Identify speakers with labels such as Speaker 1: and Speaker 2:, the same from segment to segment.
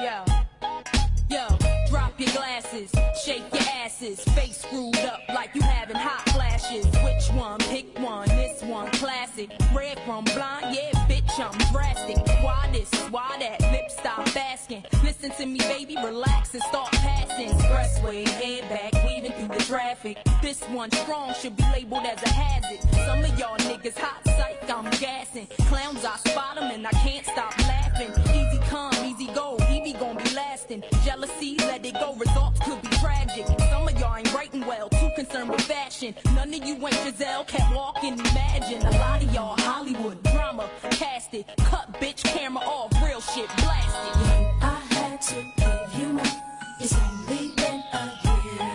Speaker 1: Yo, yo, drop your glasses, shake your asses, face screwed up like you having hot flashes. Which one? Pick one. This one, classic. Red from blind, yeah, bitch, I'm drastic. Why this? Why that? Lip stop asking. Listen to me, baby, relax and start passing. Expressway, head back, weaving through the traffic. This one strong should be labeled as a hazard. Some of y'all niggas hot psych, I'm gassing. Clowns, I spot 'em and I can't stop laughing. Easy come, easy go, Evie gon' be lasting. Jealousy, let it go, results could be tragic. Some of y'all ain't writing well, too concerned with fashion. None of you ain't Giselle, can't walk and imagine. A lot of y'all Hollywood drama, cast it, cut bitch camera off, real shit blasted.
Speaker 2: I had to give you up. It's only been a year.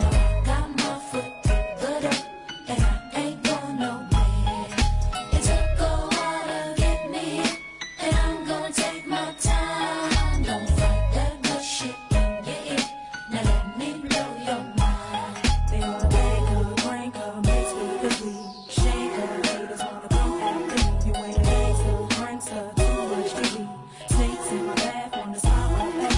Speaker 2: Now I got my foot through the door, and I ain't going nowhere. It took a while to get me here, and I'm gonna take my time. Don't fight that good shit in your ear. Now let me blow your mind. They wanna beg her, prank her, make me believe. Shake her, haters wanna come at me. You ain't faithful, pranks her, too much TV. Snakes in my bath on the spot, I'm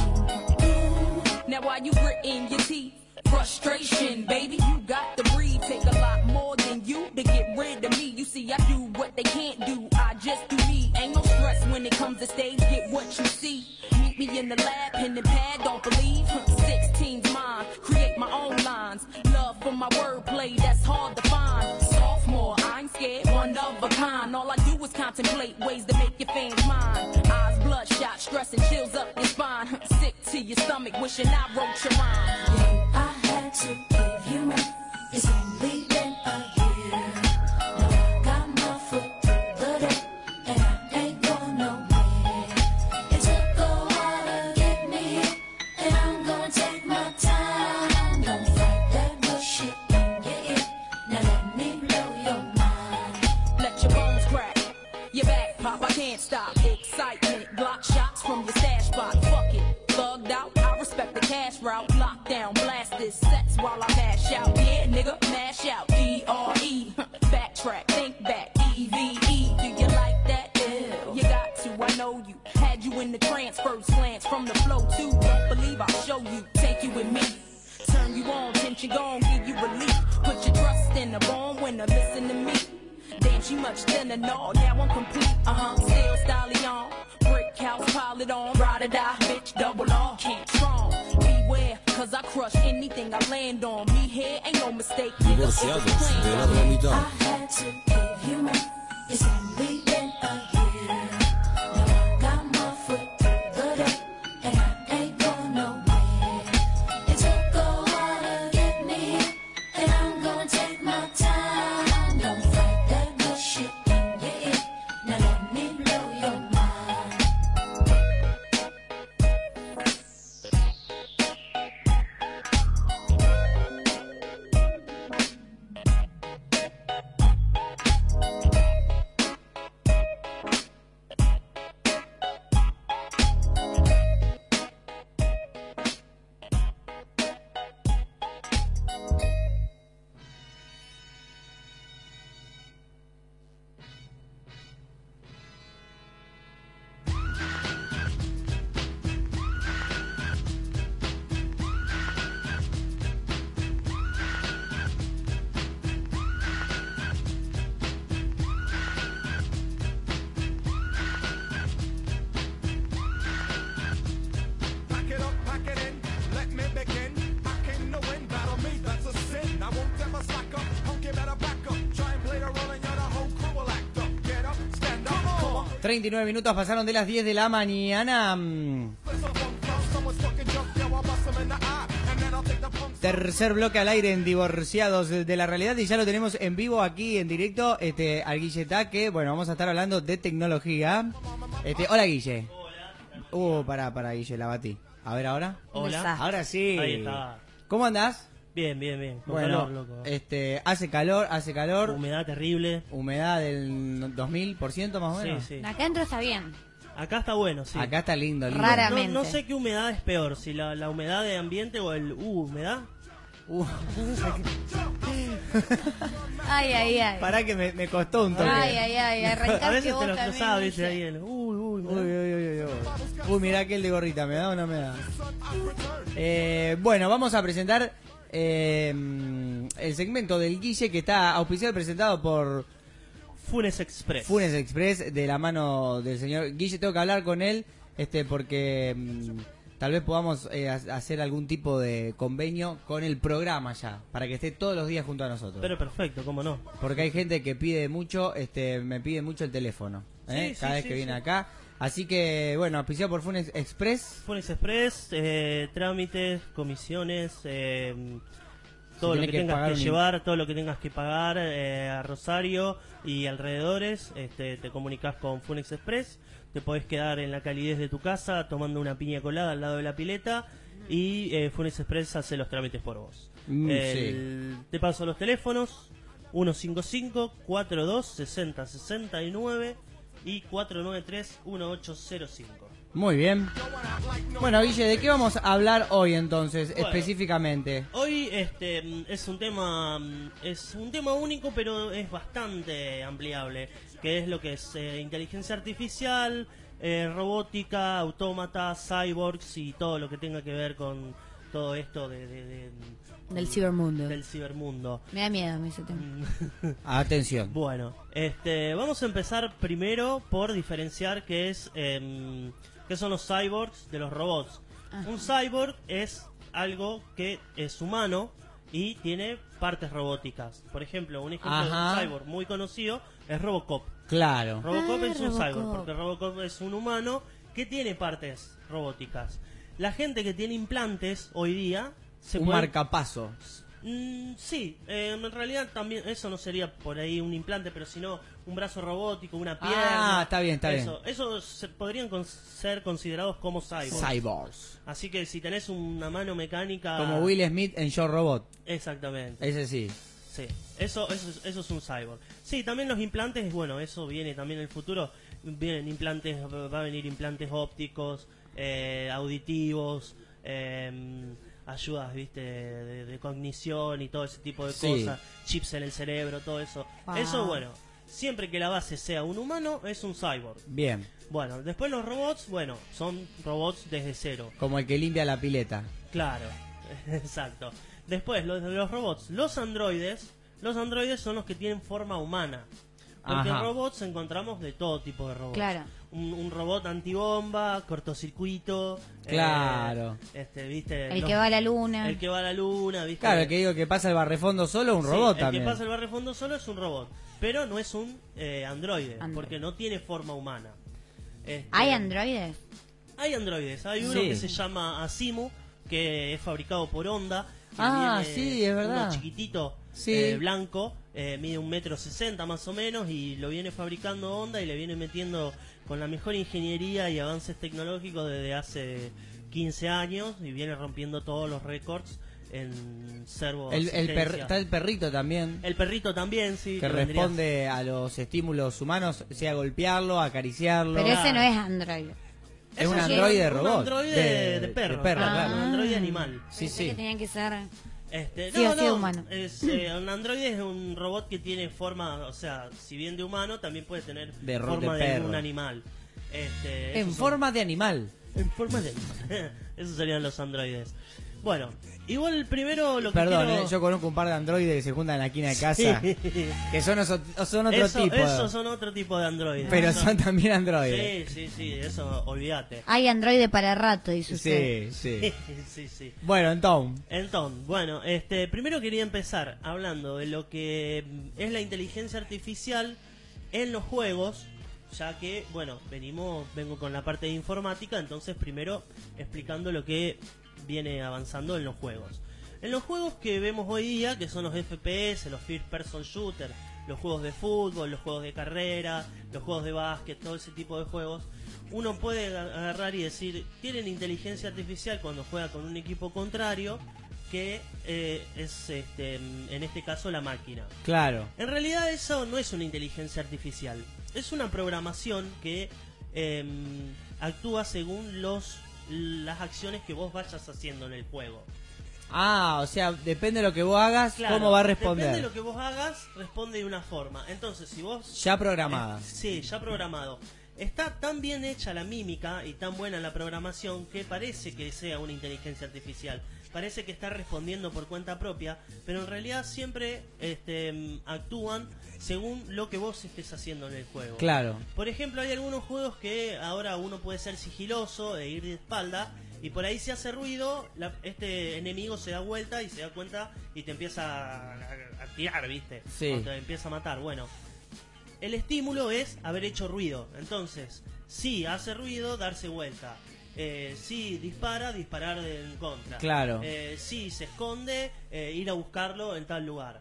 Speaker 1: Now while you gritting your teeth, frustration, baby, you got to breathe. Take a lot more than you to get rid of me. You see, I do what they can't do. I just do me. Ain't no stress when it comes to stage. Get what you see. Meet me in the lab, pen and pad. Don't believe. 16's mine. Create my own lines. Love for my wordplay. That's hard to find. Sophomore, I ain't scared. One of a kind. All I do is contemplate ways to make your fans mine. Eyes bloodshot, stress and chills up your spine. Sick to your stomach, wishing I wrote your rhyme.
Speaker 2: I had to give you up. It's only been a year. Now I got my foot through the door, and I ain't going nowhere. It took a while to get me here, and I'm gonna take my time. Don't fight that bullshit in your ear. Now let me blow your mind.
Speaker 1: Let your bones crack. Your back pop, I can't stop. Excitement, block shots from your stash spot. Fuck it, bugged out. I respect the cash route. Lockdown, blast this sets while I mash out. Yeah, nigga, mash out. D R E. Backtrack, think back. E V E. Do you like that? Ew. You got to, I know you. Had you in the transfer slants from the flow too. Don't believe I'll show you. Take you with me. Turn you on, tension gone, give you relief. Put your trust in a born winner, listen to me. Damn, she much thinner, no, now I'm complete. Uh huh, still styling on. Brick house, pile it on. Ride or die, bitch, double R, can't strong. Beware, cause I crush anything I land on. Me here ain't no mistake. nigga,
Speaker 3: Divorciados
Speaker 1: overplan.
Speaker 3: de la
Speaker 2: I
Speaker 3: Dolomita.
Speaker 2: had to give you up. It's only been a year. Now I got my foot through the door, and I ain't going nowhere. It took a while to get me here, and I'm gonna take my time. Don't fight that bullshit in your ear. Now let me blow your mind.
Speaker 4: Pack it up, pack it in, let me begin. I came to win, battle me, that's a sin. I won't ever slack up, punk you better back up. Try and play the role and you're the whole crew will act up. Get up, stand up, come on.
Speaker 5: 39 minutos pasaron de las 10 de la mañana. Mm.
Speaker 4: There's a funk club, someone's fucking junk, yo, I'll bust 'em in the eye. And then I'll take the pumps
Speaker 5: Tercer bloque al aire en Divorciados de la Realidad y ya lo tenemos en vivo aquí en directo este, al Guille que bueno, vamos a estar hablando de tecnología. Este, hola Guille. Uh, pará, pará Guille, la batí. A ver ahora.
Speaker 3: Hola.
Speaker 5: Ahora sí.
Speaker 3: Ahí está.
Speaker 5: ¿Cómo andás?
Speaker 3: Bien, bien, bien. Con
Speaker 5: bueno,
Speaker 3: calor, loco.
Speaker 5: este, hace calor, hace calor.
Speaker 3: Humedad terrible.
Speaker 5: Humedad del 2000% más o menos.
Speaker 3: Sí, sí.
Speaker 6: Acá adentro está bien.
Speaker 3: Acá está bueno, sí.
Speaker 5: Acá está lindo, lindo.
Speaker 6: Rara.
Speaker 3: no, no
Speaker 6: Claramente.
Speaker 3: sé qué humedad es peor, si la, la humedad de ambiente o el uh, humedad.
Speaker 5: Uh,
Speaker 6: Ay, ay, ay.
Speaker 5: pará que me, me costó un toque.
Speaker 6: Ay, ay, ay.
Speaker 3: A
Speaker 6: Arrancaste
Speaker 3: veces
Speaker 6: vos
Speaker 3: te lo cruzaba,
Speaker 6: también.
Speaker 3: viste ahí uh, el uy,
Speaker 5: Uy, uy,
Speaker 3: uy, humedad.
Speaker 5: uy, uy, uy. Uy, mirá aquel de gorrita, ¿me da o no me da? Eh, bueno, vamos a presentar eh, el segmento del Guille que está auspiciado y presentado por
Speaker 3: Funes Express.
Speaker 5: Funes Express de la mano del señor Guille. Tengo que hablar con él este porque mm, tal vez podamos eh, ha- hacer algún tipo de convenio con el programa ya, para que esté todos los días junto a nosotros.
Speaker 3: Pero perfecto, cómo no.
Speaker 5: Porque hay gente que pide mucho, este, me pide mucho el teléfono, ¿eh?
Speaker 3: Sí,
Speaker 5: cada
Speaker 3: sí,
Speaker 5: vez
Speaker 3: sí,
Speaker 5: que viene
Speaker 3: sí.
Speaker 5: acá. Así que, bueno, auspiciado por Funes Express.
Speaker 3: Funes Express, eh, trámites, comisiones, eh, todo
Speaker 5: Si
Speaker 3: lo
Speaker 5: tenés
Speaker 3: que,
Speaker 5: que
Speaker 3: tengas
Speaker 5: pagar
Speaker 3: que
Speaker 5: un-
Speaker 3: llevar, todo lo que tengas que pagar eh, a Rosario y alrededores, este, te comunicas con Funex Express, te podés quedar en la calidez de tu casa tomando una piña colada al lado de la pileta y eh, Funex Express hace los trámites por vos.
Speaker 5: Mm,
Speaker 3: El- Te paso los teléfonos 155 42 60 69 y 493 1805.
Speaker 5: Muy bien. Bueno, Guille, ¿de qué vamos a hablar hoy entonces,
Speaker 3: Bueno.
Speaker 5: específicamente?
Speaker 3: Hoy este mm, es un tema mm, es un tema único pero es bastante ampliable, que es lo que es eh, inteligencia artificial, eh, robótica, autómata, cyborgs y todo lo que tenga que ver con todo esto de, de- de-
Speaker 6: Del cibermundo.
Speaker 3: del cibermundo.
Speaker 6: Me da miedo a mí ese tema.
Speaker 3: Mm,
Speaker 5: Atención.
Speaker 3: Bueno, este, vamos a empezar primero por diferenciar qué es em, qué son los cyborgs de los robots. Un cyborg es algo que es humano y tiene partes robóticas. Por ejemplo, un ejemplo
Speaker 5: Ajá.
Speaker 3: de un cyborg muy conocido es Robocop.
Speaker 5: Claro.
Speaker 3: Robocop
Speaker 6: Ah,
Speaker 3: es un cyborg,
Speaker 6: Robocop.
Speaker 3: porque Robocop es un humano que tiene partes robóticas. La gente que tiene implantes hoy día se
Speaker 5: Un
Speaker 3: puede-
Speaker 5: marcapaso.
Speaker 3: Mm, sí, eh, en realidad también eso no sería por ahí un implante, pero sino un brazo robótico, una pierna.
Speaker 5: Ah, está bien, está
Speaker 3: eso, Eso se podrían con- ser considerados como cyborgs.
Speaker 5: Cyborgs.
Speaker 3: Así que si tenés una mano mecánica.
Speaker 5: Como Will Smith en Yo Robot.
Speaker 3: Exactamente.
Speaker 5: Ese sí.
Speaker 3: Sí, eso, eso, es- eso es un cyborg. Sí, también los implantes, bueno, eso viene también en el futuro. Vienen implantes, va a venir implantes ópticos, eh, auditivos, eh, ayudas, viste, de, de cognición y todo ese tipo de
Speaker 5: Sí.
Speaker 3: cosas. Chips en el cerebro, todo eso.
Speaker 6: Wow.
Speaker 3: Eso, bueno, siempre que la base sea un humano, es un cyborg.
Speaker 5: Bien.
Speaker 3: Bueno, después los robots, bueno, son robots desde cero.
Speaker 5: Como el que limpia la pileta.
Speaker 3: Claro, exacto. Después, los, los robots. Los androides. Los androides son los que tienen forma humana. Porque
Speaker 5: Ajá.
Speaker 3: en robots encontramos de todo tipo de robots.
Speaker 6: Claro.
Speaker 3: Un, un robot antibomba, cortocircuito. eh,
Speaker 5: Claro.
Speaker 3: este, viste.
Speaker 6: El
Speaker 3: los-
Speaker 6: que va a la luna.
Speaker 3: El que va a la luna, viste.
Speaker 5: Claro, el que digo que pasa el barrefondo solo, un
Speaker 3: Sí,
Speaker 5: robot
Speaker 3: el
Speaker 5: también.
Speaker 3: que pasa el barrio fondo solo es un robot. Pero no es un eh, androide,
Speaker 6: Androide.
Speaker 3: Porque no tiene forma humana. Este,
Speaker 6: ¿Hay androides?
Speaker 3: hay androides, hay uno
Speaker 5: Sí.
Speaker 3: que se llama Asimu, que es fabricado por Honda. que
Speaker 5: Ah,
Speaker 3: viene
Speaker 5: sí, es verdad.
Speaker 3: Uno chiquitito,
Speaker 5: Sí.
Speaker 3: eh, blanco, eh, mide un metro sesenta más o menos y lo viene fabricando Honda y le viene metiendo con la mejor ingeniería y avances tecnológicos desde hace 15 años y viene rompiendo todos los récords en servo.
Speaker 5: El, el per-
Speaker 3: asistencia.
Speaker 5: está el perrito también.
Speaker 3: El perrito también, sí.
Speaker 5: que
Speaker 3: lo vendría-
Speaker 5: responde a los estímulos humanos, sea golpearlo, acariciarlo.
Speaker 6: Pero ese no es androide.
Speaker 5: Es un
Speaker 3: Eso sí,
Speaker 5: androide de robot.
Speaker 3: Un androide de, de perro.
Speaker 6: Ah.
Speaker 5: claro.
Speaker 3: Un androide animal.
Speaker 5: Sí,
Speaker 6: Pensé
Speaker 5: sí.
Speaker 6: que tenían que ser...
Speaker 3: Este,
Speaker 6: Sí,
Speaker 3: no,
Speaker 6: ha sido
Speaker 3: no,
Speaker 6: humano.
Speaker 3: Es, eh, un androide es un robot que tiene forma, o sea, si bien de humano, también puede tener
Speaker 5: De ro-
Speaker 3: forma
Speaker 5: de
Speaker 3: de,
Speaker 5: perro.
Speaker 3: algún animal. Este,
Speaker 5: En
Speaker 3: esos son-
Speaker 5: forma de animal.
Speaker 3: en forma de. Esos serían los androides. Bueno, igual primero lo
Speaker 5: Perdón,
Speaker 3: que
Speaker 5: eh,
Speaker 3: quiero...
Speaker 5: yo conozco un par de androides que se juntan en la esquina de casa. Que son, oso- son otro
Speaker 3: Eso-
Speaker 5: tipo.
Speaker 3: Esos son otro tipo de androides.
Speaker 5: pero
Speaker 3: Eso-
Speaker 5: son también androides.
Speaker 3: Sí, sí, sí, eso olvídate.
Speaker 6: Hay androide para rato, dice usted.
Speaker 5: Sí, sí.
Speaker 3: sí, sí.
Speaker 5: Bueno, entonces.
Speaker 3: Entonces, bueno, este, primero quería empezar hablando de lo que mm, es la inteligencia artificial en los juegos, ya que, bueno, venimos, vengo con la parte de informática, entonces primero explicando lo que viene avanzando en los juegos. En los juegos que vemos hoy día, que son los FPS, los First Person Shooter, los juegos de fútbol, los juegos de carrera, los juegos de básquet, todo ese tipo de juegos, uno puede aga- agarrar y decir, tienen inteligencia artificial cuando juega con un equipo contrario, que eh, es este, en este caso la máquina.
Speaker 5: Claro.
Speaker 3: En realidad eso no es una inteligencia artificial, es una programación que eh, actúa según los las acciones que vos vayas haciendo en el juego.
Speaker 5: Ah, o sea, depende de lo que vos hagas,
Speaker 3: Claro,
Speaker 5: cómo va a
Speaker 3: Depende
Speaker 5: responder.
Speaker 3: de lo que vos hagas, responde de una forma. Entonces, si vos...
Speaker 5: Ya programada.
Speaker 3: eh, sí, ya programado. Está tan bien hecha la mímica y tan buena la programación que parece que sea una inteligencia artificial. Parece que está respondiendo por cuenta propia, pero en realidad siempre este, mm, actúan según lo que vos estés haciendo en el juego.
Speaker 5: Claro.
Speaker 3: Por ejemplo, hay algunos juegos que ahora uno puede ser sigiloso e ir de espalda y por ahí se hace ruido, la- este enemigo se da vuelta y se da cuenta y te empieza a, a- a tirar, ¿viste?
Speaker 5: Sí.
Speaker 3: O te empieza a matar. Bueno, el estímulo es haber hecho ruido. Entonces, si hace ruido, darse vuelta. Eh, si dispara, disparar de- en contra.
Speaker 5: Claro.
Speaker 3: Eh, si se esconde, eh, ir a buscarlo en tal lugar.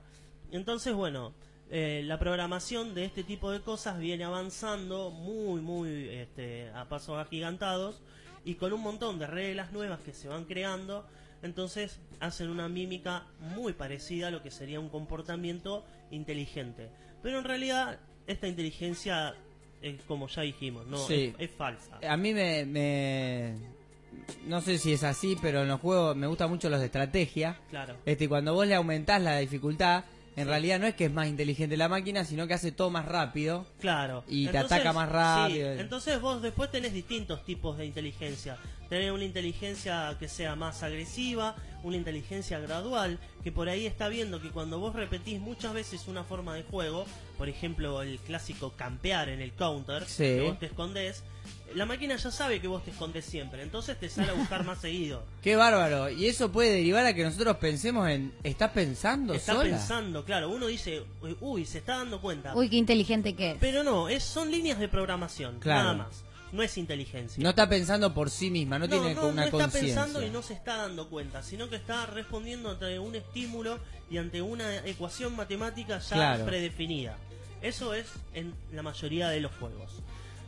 Speaker 3: Entonces, bueno, eh, la programación de este tipo de cosas viene avanzando muy, muy este, a pasos agigantados y con un montón de reglas nuevas que se van creando. Entonces hacen una mímica muy parecida a lo que sería un comportamiento inteligente. Pero en realidad esta inteligencia, eh, como ya dijimos, no
Speaker 5: Sí.
Speaker 3: es, es falsa.
Speaker 5: A mí me, me- No sé si es así, pero en los juegos me gustan mucho los de estrategia.
Speaker 3: Claro.
Speaker 5: Este, y cuando vos le aumentás la dificultad, en realidad no es que es más inteligente la máquina, sino que hace todo más rápido.
Speaker 3: Claro.
Speaker 5: Y te ataca más rápido.
Speaker 3: sí, entonces vos después tenés distintos tipos de inteligencia. Tenés una inteligencia que sea más agresiva, una inteligencia gradual, que por ahí está viendo que cuando vos repetís muchas veces una forma de juego, por ejemplo el clásico campear en el counter,
Speaker 5: Sí.
Speaker 3: que vos te escondés, la máquina ya sabe que vos te escondés siempre, entonces te sale a buscar más seguido.
Speaker 5: Qué bárbaro. Y eso puede derivar a que nosotros pensemos en. ¿Estás pensando
Speaker 3: Está
Speaker 5: sola?
Speaker 3: pensando, claro, uno dice, uy, se está dando cuenta.
Speaker 6: Uy, qué inteligente que es.
Speaker 3: Pero no, es, son líneas de programación,
Speaker 5: Claro.
Speaker 3: nada más. No es inteligencia.
Speaker 5: No está pensando por sí misma, no, tiene como una
Speaker 3: no está
Speaker 5: conciencia.
Speaker 3: pensando y no se está dando cuenta, sino que está respondiendo ante un estímulo y ante una ecuación matemática ya
Speaker 5: Claro.
Speaker 3: predefinida. Eso es en la mayoría de los juegos.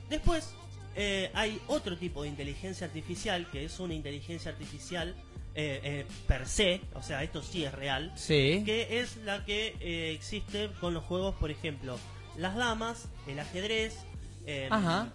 Speaker 3: Después eh, hay otro tipo de inteligencia artificial, que es una inteligencia artificial eh, eh, per se, o sea, esto sí es real,
Speaker 5: Sí.
Speaker 3: que es la que eh, existe con los juegos, por ejemplo, las damas, el ajedrez, em,
Speaker 5: Ajá.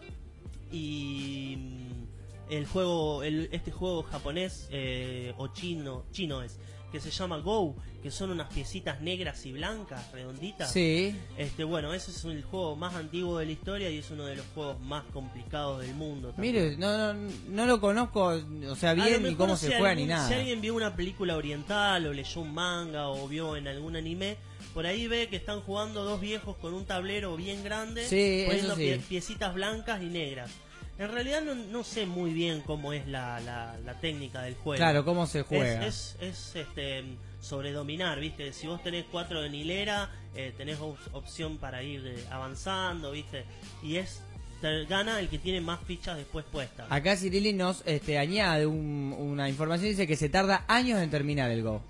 Speaker 3: y mm, el juego el- este juego japonés eh, o chino chino es que se llama Go que son unas piecitas negras y blancas redonditas
Speaker 5: Sí.
Speaker 3: este bueno ese es el juego más antiguo de la historia y es uno de los juegos más complicados del mundo también.
Speaker 5: Mire, no, no, no lo conozco, o sea,
Speaker 3: A lo
Speaker 5: bien, ni
Speaker 3: mejor
Speaker 5: cómo
Speaker 3: si
Speaker 5: se juega,
Speaker 3: algún-
Speaker 5: ni nada.
Speaker 3: Si alguien vio una película oriental o leyó un manga o vio en algún anime, por ahí ve que están jugando dos viejos con un tablero bien grande,
Speaker 5: Sí,
Speaker 3: poniendo
Speaker 5: eso sí.
Speaker 3: pie- piecitas blancas y negras. En realidad no, no sé muy bien cómo es la, la- la técnica del juego.
Speaker 5: Claro, cómo se juega.
Speaker 3: Es, es, es, este, sobredominar, ¿viste? Si vos tenés cuatro en hilera, eh, tenés op- opción para ir eh, avanzando, ¿viste? Y es te- gana el que tiene más fichas después puestas.
Speaker 5: Acá Cirili nos este, añade un- una información, dice que se tarda años en terminar el Go.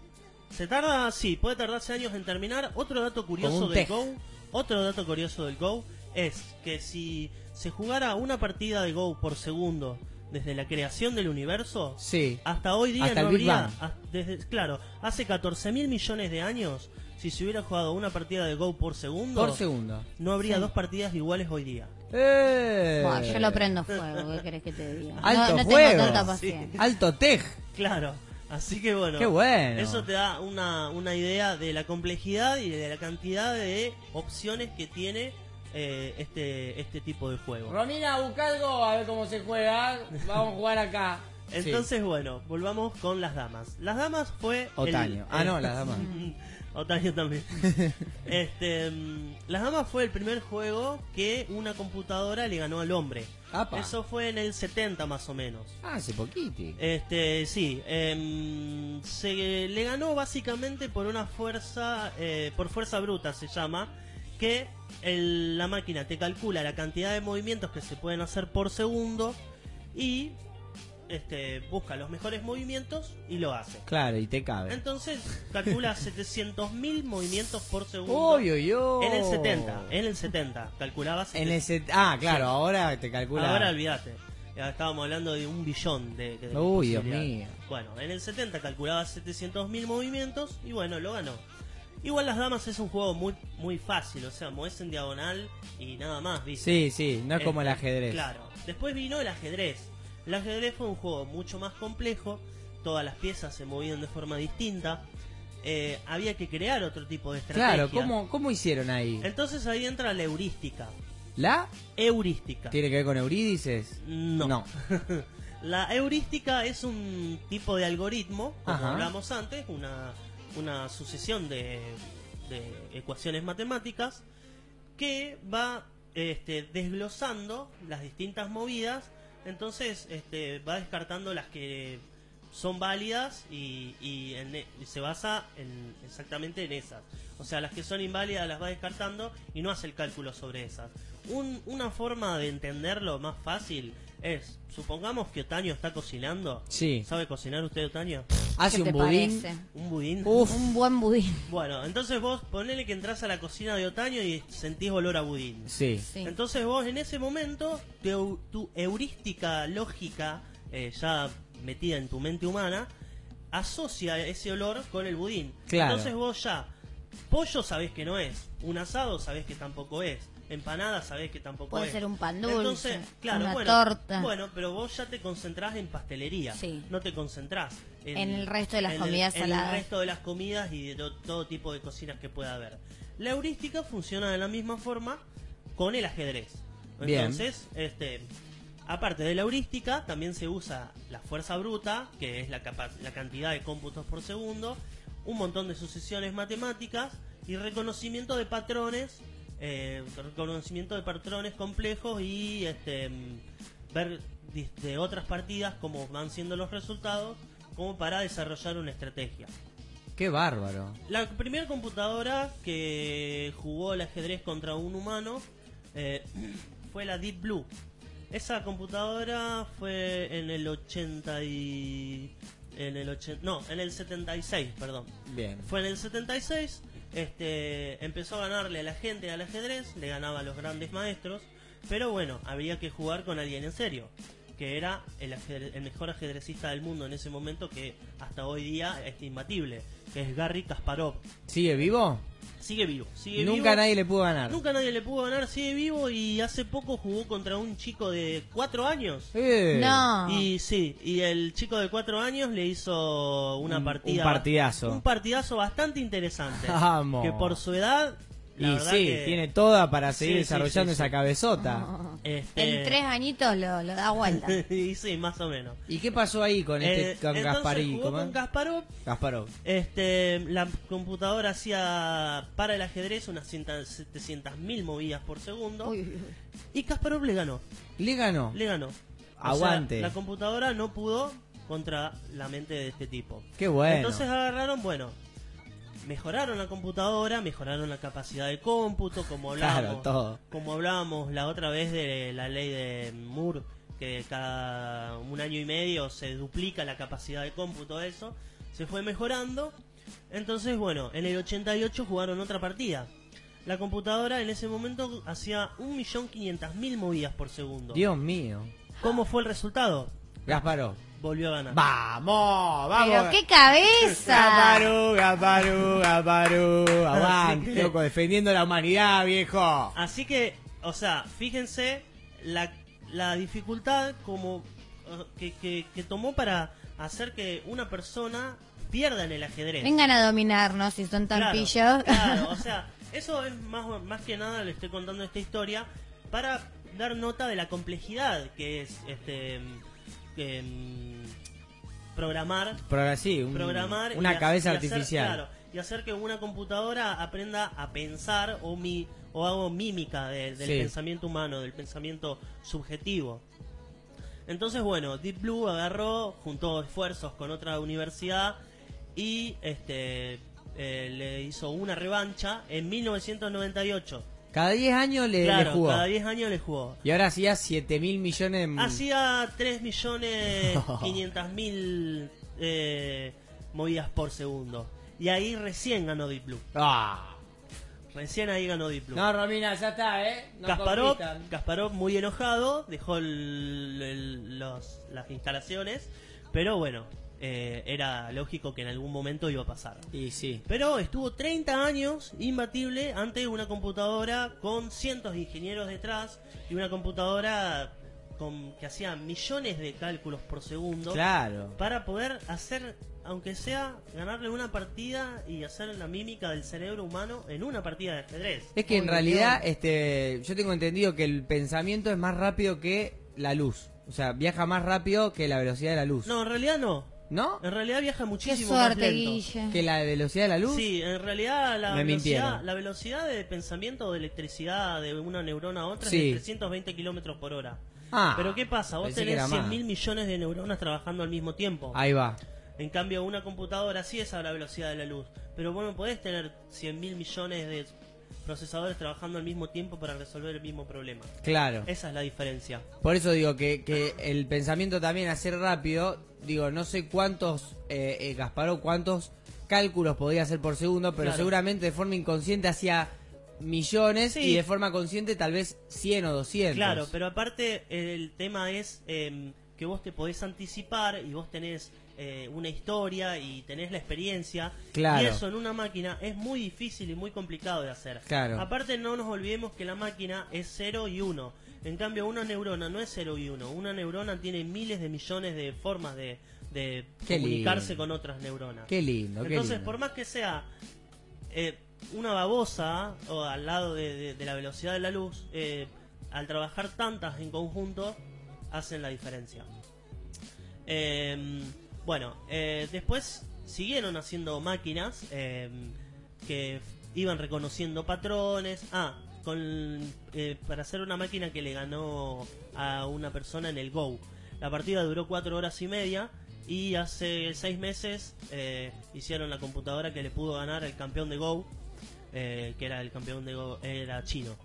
Speaker 3: Se tarda, sí, puede tardarse años en terminar. Otro dato
Speaker 5: Como
Speaker 3: curioso
Speaker 5: un
Speaker 3: del
Speaker 5: tej.
Speaker 3: Go, otro dato curioso del Go es que si se jugara una partida de Go por segundo desde la creación del universo,
Speaker 5: Sí.
Speaker 3: hasta hoy día
Speaker 5: Hasta
Speaker 3: no
Speaker 5: el Big
Speaker 3: habría,
Speaker 5: Bang.
Speaker 3: ah, desde, claro, hace 14 mil millones de años, si se hubiera jugado una partida de Go por segundo,
Speaker 5: Por segundo.
Speaker 3: no habría dos partidas iguales hoy día.
Speaker 5: ¡Eh!
Speaker 6: Buah, yo lo prendo fuego, ¿qué querés que te diga?
Speaker 5: Alto
Speaker 6: no, no
Speaker 5: juego.
Speaker 6: tengo tanta
Speaker 3: Sí.
Speaker 6: paciencia.
Speaker 5: Alto Tej.
Speaker 3: Claro. Así que bueno,
Speaker 5: Qué bueno.
Speaker 3: eso te da una, una idea de la complejidad y de la cantidad de opciones que tiene eh, este, este tipo de juego.
Speaker 5: Romina, busca el Go, a ver cómo se juega. Vamos a jugar acá.
Speaker 3: Entonces, bueno, volvamos con las damas. Las damas fue... el-
Speaker 5: Otaño. Ah,
Speaker 3: el-
Speaker 5: no, las damas.
Speaker 3: Otaño también. este, mm, las damas fue el primer juego que una computadora le ganó al hombre.
Speaker 5: Apa.
Speaker 3: Eso fue en el 70 más o menos.
Speaker 5: Ah, hace poquito.
Speaker 3: Este, sí. em, se le ganó básicamente por una fuerza, eh, por fuerza bruta se llama, que el- la máquina te calcula la cantidad de movimientos que se pueden hacer por segundo y este, busca los mejores movimientos y lo hace.
Speaker 5: Claro, y te cabe.
Speaker 3: Entonces calcula 700.000 movimientos por segundo.
Speaker 5: Uy, uy, uy.
Speaker 3: En el 70, en el 70, calculaba
Speaker 5: En
Speaker 3: 70.
Speaker 5: el set- Ah, claro, ahora te calcula.
Speaker 3: Ahora olvídate. Ya estábamos hablando de un billón de, de
Speaker 5: Uy, Dios
Speaker 3: posibilidades.
Speaker 5: mío.
Speaker 3: Bueno, en el 70 calculaba 700.000 movimientos y bueno, lo ganó. Igual las damas es un juego muy muy fácil, o sea, mueves en diagonal y nada más, ¿viste?
Speaker 5: Sí, sí, no es como el
Speaker 3: Este,
Speaker 5: ajedrez.
Speaker 3: Claro. Después vino el ajedrez. El ajedrez fue un juego mucho más complejo. Todas las piezas se movían de forma distinta. Eh, había que crear otro tipo de estrategia.
Speaker 5: Claro, ¿cómo, ¿cómo hicieron ahí?
Speaker 3: Entonces ahí entra la heurística.
Speaker 5: ¿La?
Speaker 3: Heurística.
Speaker 5: ¿Tiene que ver con Eurídices?
Speaker 3: No.
Speaker 5: No.
Speaker 3: la heurística es un tipo de algoritmo, como
Speaker 5: Ajá.
Speaker 3: hablamos antes, una, una sucesión de, de ecuaciones matemáticas que va este, desglosando las distintas movidas, entonces este, va descartando las que son válidas y, y en e- y se basa en- exactamente en esas. O sea, las que son inválidas las va descartando y no hace el cálculo sobre esas. Un- una forma de entenderlo más fácil es, supongamos que Otaño está cocinando.
Speaker 5: Sí.
Speaker 3: ¿Sabe cocinar usted, Otaño?
Speaker 5: Hace
Speaker 6: ¿Qué
Speaker 5: un
Speaker 6: te
Speaker 5: budín.
Speaker 6: parece?
Speaker 3: Un budín.
Speaker 5: Uf.
Speaker 6: Un buen budín.
Speaker 3: Bueno, entonces vos ponele que entras a la cocina de Otaño y sentís olor a budín.
Speaker 5: Sí.
Speaker 6: Sí.
Speaker 3: Entonces vos en ese momento, tu, tu heurística lógica, eh, ya metida en tu mente humana, asocia ese olor con el budín.
Speaker 5: Claro.
Speaker 3: Entonces vos ya, pollo sabés que no es, un asado sabés que tampoco es, empanada sabés que tampoco
Speaker 6: Puede
Speaker 3: es.
Speaker 6: ser un pan dulce,
Speaker 3: Entonces, claro,
Speaker 6: una
Speaker 3: bueno,
Speaker 6: torta.
Speaker 3: Bueno, pero vos ya te concentrás en pastelería,
Speaker 6: Sí.
Speaker 3: no te concentrás
Speaker 6: En el resto de las
Speaker 3: en
Speaker 6: comidas
Speaker 3: en el
Speaker 6: saladas.
Speaker 3: resto de las comidas y de to- todo tipo de cocinas que pueda haber. La heurística funciona de la misma forma con el ajedrez.
Speaker 5: Bien.
Speaker 3: Entonces, este, aparte de la heurística, también se usa la fuerza bruta, que es la, capa- la cantidad de cómputos por segundo, un montón de sucesiones matemáticas y reconocimiento de patrones, eh, reconocimiento de patrones complejos y este, mm, ver dis- de otras partidas cómo van siendo los resultados, como para desarrollar una estrategia.
Speaker 5: Qué bárbaro.
Speaker 3: La primera computadora que jugó el ajedrez contra un humano eh, fue la Deep Blue. Esa computadora fue en el 80 y... En el 80, no, en el 76, perdón.
Speaker 5: Bien.
Speaker 3: Fue en el 76, este, empezó a ganarle a la gente al ajedrez, le ganaba a los grandes maestros, pero bueno, había que jugar con alguien en serio, que era el, ajedre- el mejor ajedrecista del mundo en ese momento, que hasta hoy día es imbatible, que es Garry Kasparov.
Speaker 5: ¿Sigue vivo?
Speaker 3: Sigue vivo, sigue
Speaker 5: Nunca
Speaker 3: vivo.
Speaker 5: nadie le pudo ganar.
Speaker 3: Nunca nadie le pudo ganar, sigue vivo y hace poco jugó contra un chico de 4 años.
Speaker 5: Eh,
Speaker 6: No.
Speaker 3: Y sí, y el chico de cuatro años le hizo una
Speaker 5: Un- un
Speaker 3: partida.
Speaker 5: partidazo.
Speaker 3: Un partidazo bastante interesante.
Speaker 5: Vamos.
Speaker 3: Que por su edad. La
Speaker 5: Y
Speaker 3: verdad
Speaker 5: sí,
Speaker 3: que,
Speaker 5: tiene toda para
Speaker 3: Sí,
Speaker 5: seguir
Speaker 3: sí,
Speaker 5: desarrollando
Speaker 3: sí, sí.
Speaker 5: esa cabezota.
Speaker 3: este,
Speaker 6: En tres añitos lo, lo da vuelta.
Speaker 3: y sí, más o menos.
Speaker 5: ¿Y qué pasó ahí con este
Speaker 3: Eh,
Speaker 5: con
Speaker 3: entonces
Speaker 5: Gasparí?
Speaker 3: jugó
Speaker 5: ¿Cómo
Speaker 3: con
Speaker 5: es?
Speaker 3: Gasparov.
Speaker 5: Gasparov.
Speaker 3: Este, la computadora hacía para el ajedrez unas 700.000 movidas por segundo.
Speaker 6: Uy, uy, uy.
Speaker 3: Y Kasparov le ganó.
Speaker 5: Le ganó.
Speaker 3: Le ganó. O
Speaker 5: Aguante.
Speaker 3: sea, la computadora no pudo contra la mente de este tipo.
Speaker 5: Qué bueno.
Speaker 3: Entonces agarraron, bueno, mejoraron la computadora, mejoraron la capacidad de cómputo, como hablábamos,
Speaker 5: Claro, todo.
Speaker 3: como hablábamos la otra vez de la ley de Moore, que cada un año y medio se duplica la capacidad de cómputo, eso se fue mejorando. Entonces, bueno, en el 88 jugaron otra partida. La computadora en ese momento hacía 1.500.000 movidas por segundo.
Speaker 5: Dios mío.
Speaker 3: ¿Cómo fue el resultado?
Speaker 5: Gasparov.
Speaker 3: Volvió a ganar.
Speaker 5: Vamos, vamos.
Speaker 6: Pero qué cabeza.
Speaker 5: Gaparú, Gaparú, Gaparú,
Speaker 3: Así
Speaker 5: aguante,
Speaker 3: que-
Speaker 5: loco, defendiendo la humanidad, viejo.
Speaker 3: Así que, o sea, fíjense la, la dificultad como eh, que, que- que tomó para hacer que una persona pierda en el ajedrez.
Speaker 6: Vengan a dominarnos si son tan
Speaker 3: Claro,
Speaker 6: pillos.
Speaker 3: claro, o sea, eso es más, más que nada le estoy contando esta historia para dar nota de la complejidad que es este em, programar
Speaker 5: Pero sí, un-
Speaker 3: programar y
Speaker 5: una
Speaker 3: ha-
Speaker 5: cabeza
Speaker 3: y hacer-
Speaker 5: artificial.
Speaker 3: claro, y hacer que una computadora aprenda a pensar o mi o hago mímica de- del
Speaker 5: Sí.
Speaker 3: pensamiento humano, del pensamiento subjetivo. Entonces, bueno, Deep Blue agarró, juntó esfuerzos con otra universidad y este eh, le hizo una revancha en 1998.
Speaker 5: Cada 10 años le, le
Speaker 3: claro,
Speaker 5: jugó.
Speaker 3: cada 10 años le jugó.
Speaker 5: Y ahora hacía 7 mil millones.
Speaker 3: Ah,
Speaker 5: mm,
Speaker 3: Hacía 3 millones 500 mil eh, movidas por segundo. Y ahí recién ganó Deep Blue.
Speaker 5: Ah.
Speaker 3: Recién ahí ganó Deep Blue.
Speaker 5: No, Romina, ya está, ¿eh? No
Speaker 3: Kasparov,
Speaker 5: compitan.
Speaker 3: Kasparov muy enojado, dejó el- el- los- las instalaciones, pero bueno, eh, era lógico que en algún momento iba a pasar.
Speaker 5: Y sí.
Speaker 3: Pero estuvo 30 años imbatible ante una computadora con cientos de ingenieros detrás y una computadora con, que hacía millones de cálculos por segundo
Speaker 5: Claro.
Speaker 3: para poder hacer, aunque sea ganarle una partida y hacer la mímica del cerebro humano en una partida de ajedrez.
Speaker 5: Es que en realidad, este, yo tengo entendido que el pensamiento es más rápido que la luz. O sea, viaja más rápido que la velocidad de la luz.
Speaker 3: No, en realidad no.
Speaker 5: ¿No?
Speaker 3: En realidad viaja
Speaker 6: Qué
Speaker 3: muchísimo más
Speaker 6: suerte,
Speaker 3: lento.
Speaker 6: Guille.
Speaker 5: ¿Que la velocidad de la luz?
Speaker 3: Sí, en realidad la
Speaker 5: Me
Speaker 3: velocidad,
Speaker 5: mintieron.
Speaker 3: la velocidad de pensamiento de electricidad de una neurona a otra
Speaker 5: Sí.
Speaker 3: es de 320 kilómetros por hora.
Speaker 5: Ah,
Speaker 3: Pero ¿qué pasa? Vos
Speaker 5: pensé que era
Speaker 3: tenés 100
Speaker 5: más.
Speaker 3: mil millones de neuronas trabajando al mismo tiempo.
Speaker 5: Ahí va.
Speaker 3: En cambio, una computadora sí es a la velocidad de la luz. Pero vos no podés tener 100 mil millones de procesadores trabajando al mismo tiempo para resolver el mismo problema.
Speaker 5: Claro.
Speaker 3: Esa es la diferencia.
Speaker 5: Por eso digo que, que el pensamiento también hacer rápido, digo, no sé cuántos, eh, eh, Gasparo, cuántos cálculos podía hacer por segundo, pero
Speaker 3: Claro.
Speaker 5: seguramente de forma inconsciente hacía millones
Speaker 3: Sí.
Speaker 5: y de forma consciente tal vez 100 o 200.
Speaker 3: Claro, pero aparte el tema es eh, que vos te podés anticipar y vos tenés eh, una historia y tenés la experiencia.
Speaker 5: Claro.
Speaker 3: Y eso en una máquina es muy difícil y muy complicado de hacer.
Speaker 5: Claro.
Speaker 3: Aparte no nos olvidemos que la máquina es 0 y 1. En cambio una neurona no es 0 y 1. Una neurona tiene miles de millones de formas de, de
Speaker 5: Qué
Speaker 3: comunicarse
Speaker 5: lindo.
Speaker 3: con otras neuronas.
Speaker 5: Qué lindo, qué
Speaker 3: Entonces,
Speaker 5: lindo.
Speaker 3: por más que sea eh, una babosa o al lado de, de- de la velocidad de la luz, eh, al trabajar tantas en conjunto, hacen la diferencia. Eh, bueno, eh, después siguieron haciendo máquinas eh, que f- iban reconociendo patrones. Ah, con, eh, para hacer una máquina que le ganó a una persona en el Go. La partida duró cuatro horas y media y hace seis meses eh, hicieron la computadora que le pudo ganar al campeón de Go, eh, que era el campeón de Go, era chino.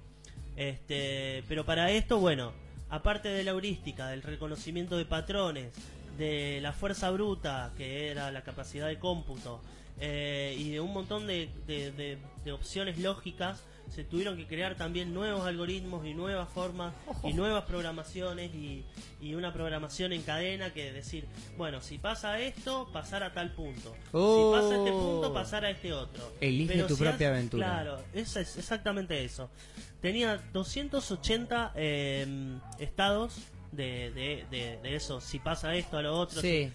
Speaker 3: Este, pero para esto, bueno, aparte de la heurística, del reconocimiento de patrones, de la fuerza bruta, que era la capacidad de cómputo, eh, y de un montón de, de- de- de opciones lógicas, se tuvieron que crear también nuevos algoritmos y nuevas formas y nuevas programaciones y, y una programación en cadena que decir, bueno, si pasa esto, pasar a tal punto.
Speaker 5: Oh.
Speaker 3: Si pasa este punto, pasar a este otro.
Speaker 5: Elige tu
Speaker 3: si
Speaker 5: propia
Speaker 3: hace-
Speaker 5: aventura.
Speaker 3: Claro, eso es exactamente eso. Tenía 280 eh, estados de, de- de- de eso, si pasa esto a lo otro,
Speaker 5: Sí,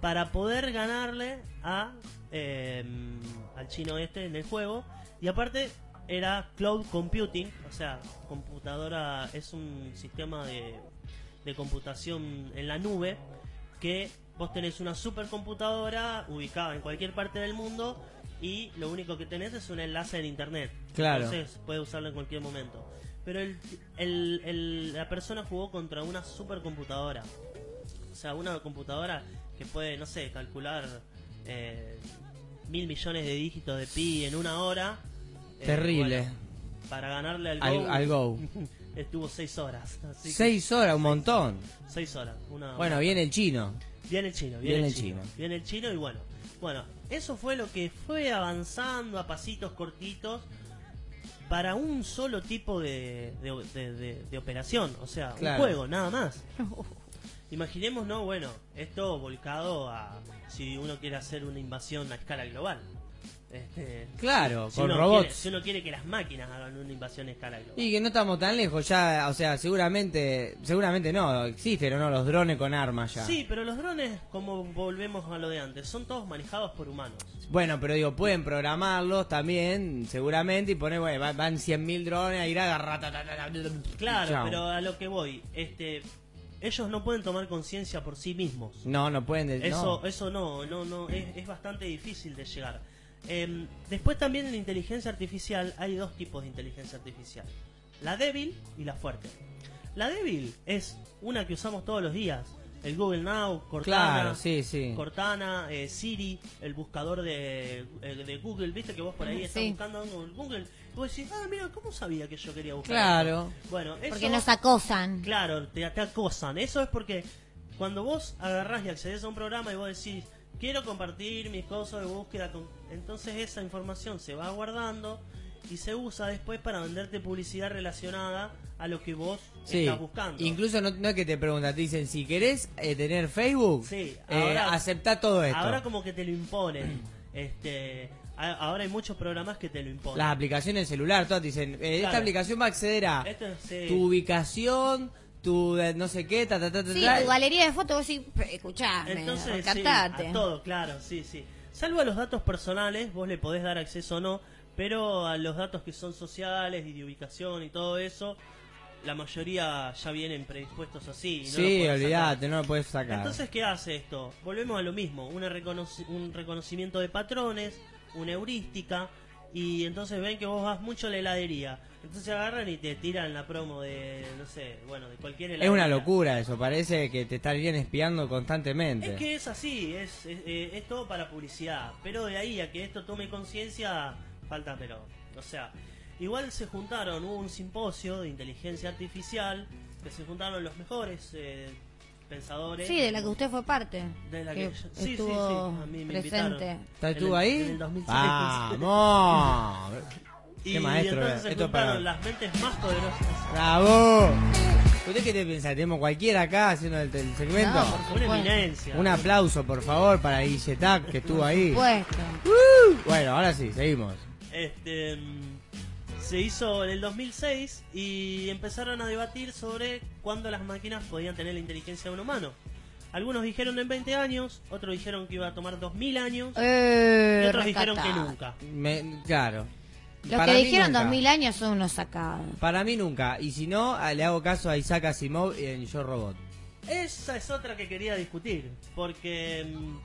Speaker 3: para poder ganarle a eh, al chino este en el juego. Y aparte era cloud computing, o sea, computadora es un sistema de, de computación en la nube que vos tenés una supercomputadora ubicada en cualquier parte del mundo y lo único que tenés es un enlace en internet.
Speaker 5: Claro.
Speaker 3: Entonces puedes usarlo en cualquier momento. Pero el- el- el- la persona jugó contra una supercomputadora. O sea, una computadora que puede, no sé, calcular eh, mil millones de dígitos de pi en una hora. eh,
Speaker 5: Terrible.
Speaker 3: bueno, para ganarle al
Speaker 5: Al-
Speaker 3: Go,
Speaker 5: al Go.
Speaker 3: estuvo seis horas. así que-
Speaker 5: seis horas, un montón.
Speaker 3: seis horas. Una,
Speaker 5: Bueno, viene el chino.
Speaker 3: Viene el chino, viene, el chino. Viene el chino y bueno. Bueno, eso fue lo que fue avanzando a pasitos cortitos para un solo tipo de, de- de- de- de operación, o sea,
Speaker 5: Claro.
Speaker 3: un juego, nada más. Imaginemos, no, bueno, esto volcado a si uno quiere hacer una invasión a escala global. Este,
Speaker 5: Claro, con
Speaker 3: uno
Speaker 5: robots.
Speaker 3: quiere- si uno quiere que las máquinas hagan una invasión a escala global.
Speaker 5: Y que no estamos tan lejos ya, o sea, seguramente, seguramente no, existen o no los drones con armas ya.
Speaker 3: Sí, pero los drones, como volvemos a lo de antes, son todos manejados por humanos.
Speaker 5: Bueno, pero digo, pueden programarlos también, seguramente, y poner, bueno, va- van 100.000 drones a ir a agarrar. ta, ta, ta, ta, ta, ta,
Speaker 3: Claro,
Speaker 5: chao.
Speaker 3: pero a lo que voy, este, ellos no pueden tomar conciencia por sí mismos.
Speaker 5: No, no pueden. de-
Speaker 3: Eso,
Speaker 5: no.
Speaker 3: eso no, no, no, es, es bastante difícil de llegar. Em, después también en inteligencia artificial hay dos tipos de inteligencia artificial, la débil y la fuerte. La débil es una que usamos todos los días, el Google Now, Cortana,
Speaker 5: Claro, sí, sí.
Speaker 3: Cortana eh, Siri, el buscador de, eh, de Google, viste que vos por ahí estás
Speaker 6: Sí.
Speaker 3: buscando algo en Google, y vos decís, ah, mira, ¿cómo sabía que yo quería buscar?
Speaker 5: Claro.
Speaker 3: esto? Bueno, eso,
Speaker 6: Porque nos acosan.
Speaker 3: Claro, te, te acosan. Eso es porque cuando vos agarrás y accedes a un programa y vos decís, quiero compartir mis cosas de búsqueda, con... entonces esa información se va guardando y se usa después para venderte publicidad relacionada a lo que vos
Speaker 5: Sí.
Speaker 3: estás buscando.
Speaker 5: Incluso no, no es que te preguntan, te dicen, si querés eh, tener Facebook,
Speaker 3: Sí,
Speaker 5: eh,
Speaker 3: ahora-
Speaker 5: aceptá todo esto.
Speaker 3: Ahora como que te lo imponen. este, a- ahora hay muchos programas que te lo imponen.
Speaker 5: Las aplicaciones en celular, todas te dicen, eh, esta
Speaker 3: Claro.
Speaker 5: aplicación va a acceder a
Speaker 3: Esto, sí.
Speaker 5: tu ubicación, tu eh, no sé qué, ta, ta, ta, ta,
Speaker 6: Sí,
Speaker 5: ta.
Speaker 6: tu galería de fotos, vos sí, escuchame,
Speaker 3: Entonces, sí,
Speaker 6: rescatate.
Speaker 3: a todo, claro, sí, sí. Salvo a los datos personales, vos le podés dar acceso o no, pero a los datos que son sociales y de ubicación y todo eso, la mayoría ya vienen predispuestos así. y no los podés
Speaker 5: sí,
Speaker 3: sacar.
Speaker 5: olvídate, no lo puedes sacar.
Speaker 3: Entonces, ¿qué hace esto? Volvemos a lo mismo, una reconoci- un reconocimiento de patrones, una heurística, y entonces ven que vos vas mucho a la heladería. Entonces agarran y te tiran la promo de, no sé, bueno, de cualquier
Speaker 5: es
Speaker 3: heladería.
Speaker 5: una locura eso, parece que te estarían espiando constantemente.
Speaker 3: Es que es así, es, es, eh, es todo para publicidad. Pero de ahí a que esto tome conciencia, falta pero. O sea, igual se juntaron, hubo un simposio de inteligencia artificial, que se juntaron los mejores eh, pensadores.
Speaker 6: Sí, de la que usted fue parte.
Speaker 3: ¿eh? De la
Speaker 6: que
Speaker 3: que yo- sí, sí,
Speaker 6: estuvo
Speaker 3: sí, a mí me
Speaker 6: presente.
Speaker 3: invitaron.
Speaker 5: ¿Estás
Speaker 3: en
Speaker 5: tú
Speaker 3: el-
Speaker 5: ahí?
Speaker 3: en el 2006.
Speaker 5: ¡Vamos!
Speaker 3: Y,
Speaker 5: Qué maestro,
Speaker 3: entonces se
Speaker 5: esto es
Speaker 3: juntaron
Speaker 5: para-
Speaker 3: las mentes más poderosas.
Speaker 5: ¡Bravo! ¿Usted qué te piensa? ¿Tenemos cualquiera acá haciendo el, el segmento?
Speaker 6: No, por
Speaker 3: Una
Speaker 6: Bueno.
Speaker 3: eminencia.
Speaker 5: Un aplauso, por favor, para Guilletac, que estuvo ahí.
Speaker 6: Puesto.
Speaker 5: Bueno, ahora sí, seguimos.
Speaker 3: Este, mm, se hizo en el 2006 y empezaron a debatir sobre cuándo las máquinas podían tener la inteligencia de un humano. Algunos dijeron en 20 años, otros dijeron que iba a tomar 2000 años
Speaker 6: Eh,
Speaker 3: y otros dijeron que
Speaker 6: rescatada.
Speaker 3: nunca.
Speaker 5: Me- claro.
Speaker 6: Los
Speaker 5: Para
Speaker 6: que
Speaker 5: mí
Speaker 6: dijeron
Speaker 5: nunca.
Speaker 6: 2000 años son unos sacados.
Speaker 5: Para mí nunca. Y si no, a- le hago caso a Isaac Asimov en Yo Robot.
Speaker 3: Esa es otra que quería discutir, porque mm,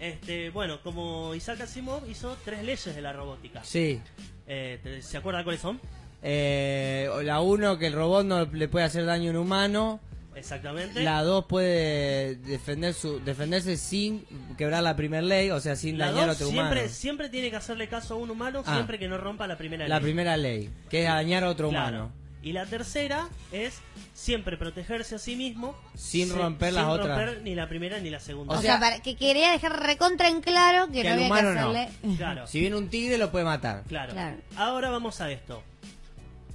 Speaker 3: este, bueno, como Isaac Asimov hizo tres leyes de la robótica.
Speaker 5: Sí.
Speaker 3: Eh, ¿te- ¿Se acuerda cuáles son?
Speaker 5: Eh, la uno, que el robot no le puede hacer daño a un humano.
Speaker 3: Exactamente.
Speaker 5: La dos, puede defender su, defenderse sin quebrar la primera ley, o sea, sin
Speaker 3: La
Speaker 5: dañar a
Speaker 3: dos,
Speaker 5: otro
Speaker 3: siempre,
Speaker 5: humano.
Speaker 3: siempre tiene que hacerle caso a un humano
Speaker 5: Ah.
Speaker 3: siempre que no rompa la primera
Speaker 5: La
Speaker 3: ley.
Speaker 5: primera ley, que es dañar a otro
Speaker 3: Claro.
Speaker 5: humano.
Speaker 3: Y la tercera es siempre protegerse a sí mismo
Speaker 5: Sin
Speaker 3: si-
Speaker 5: romper
Speaker 3: sin
Speaker 5: las otras.
Speaker 3: romper ni la primera ni la segunda.
Speaker 6: O,
Speaker 5: O
Speaker 6: sea,
Speaker 5: sea,
Speaker 6: para- que quería dejar recontra en claro que,
Speaker 5: que
Speaker 6: no
Speaker 5: al
Speaker 6: había que
Speaker 5: humano no.
Speaker 6: hacerle.
Speaker 3: claro,
Speaker 5: Si viene un tigre, lo puede matar.
Speaker 3: claro.
Speaker 6: Claro.
Speaker 3: Ahora vamos a esto.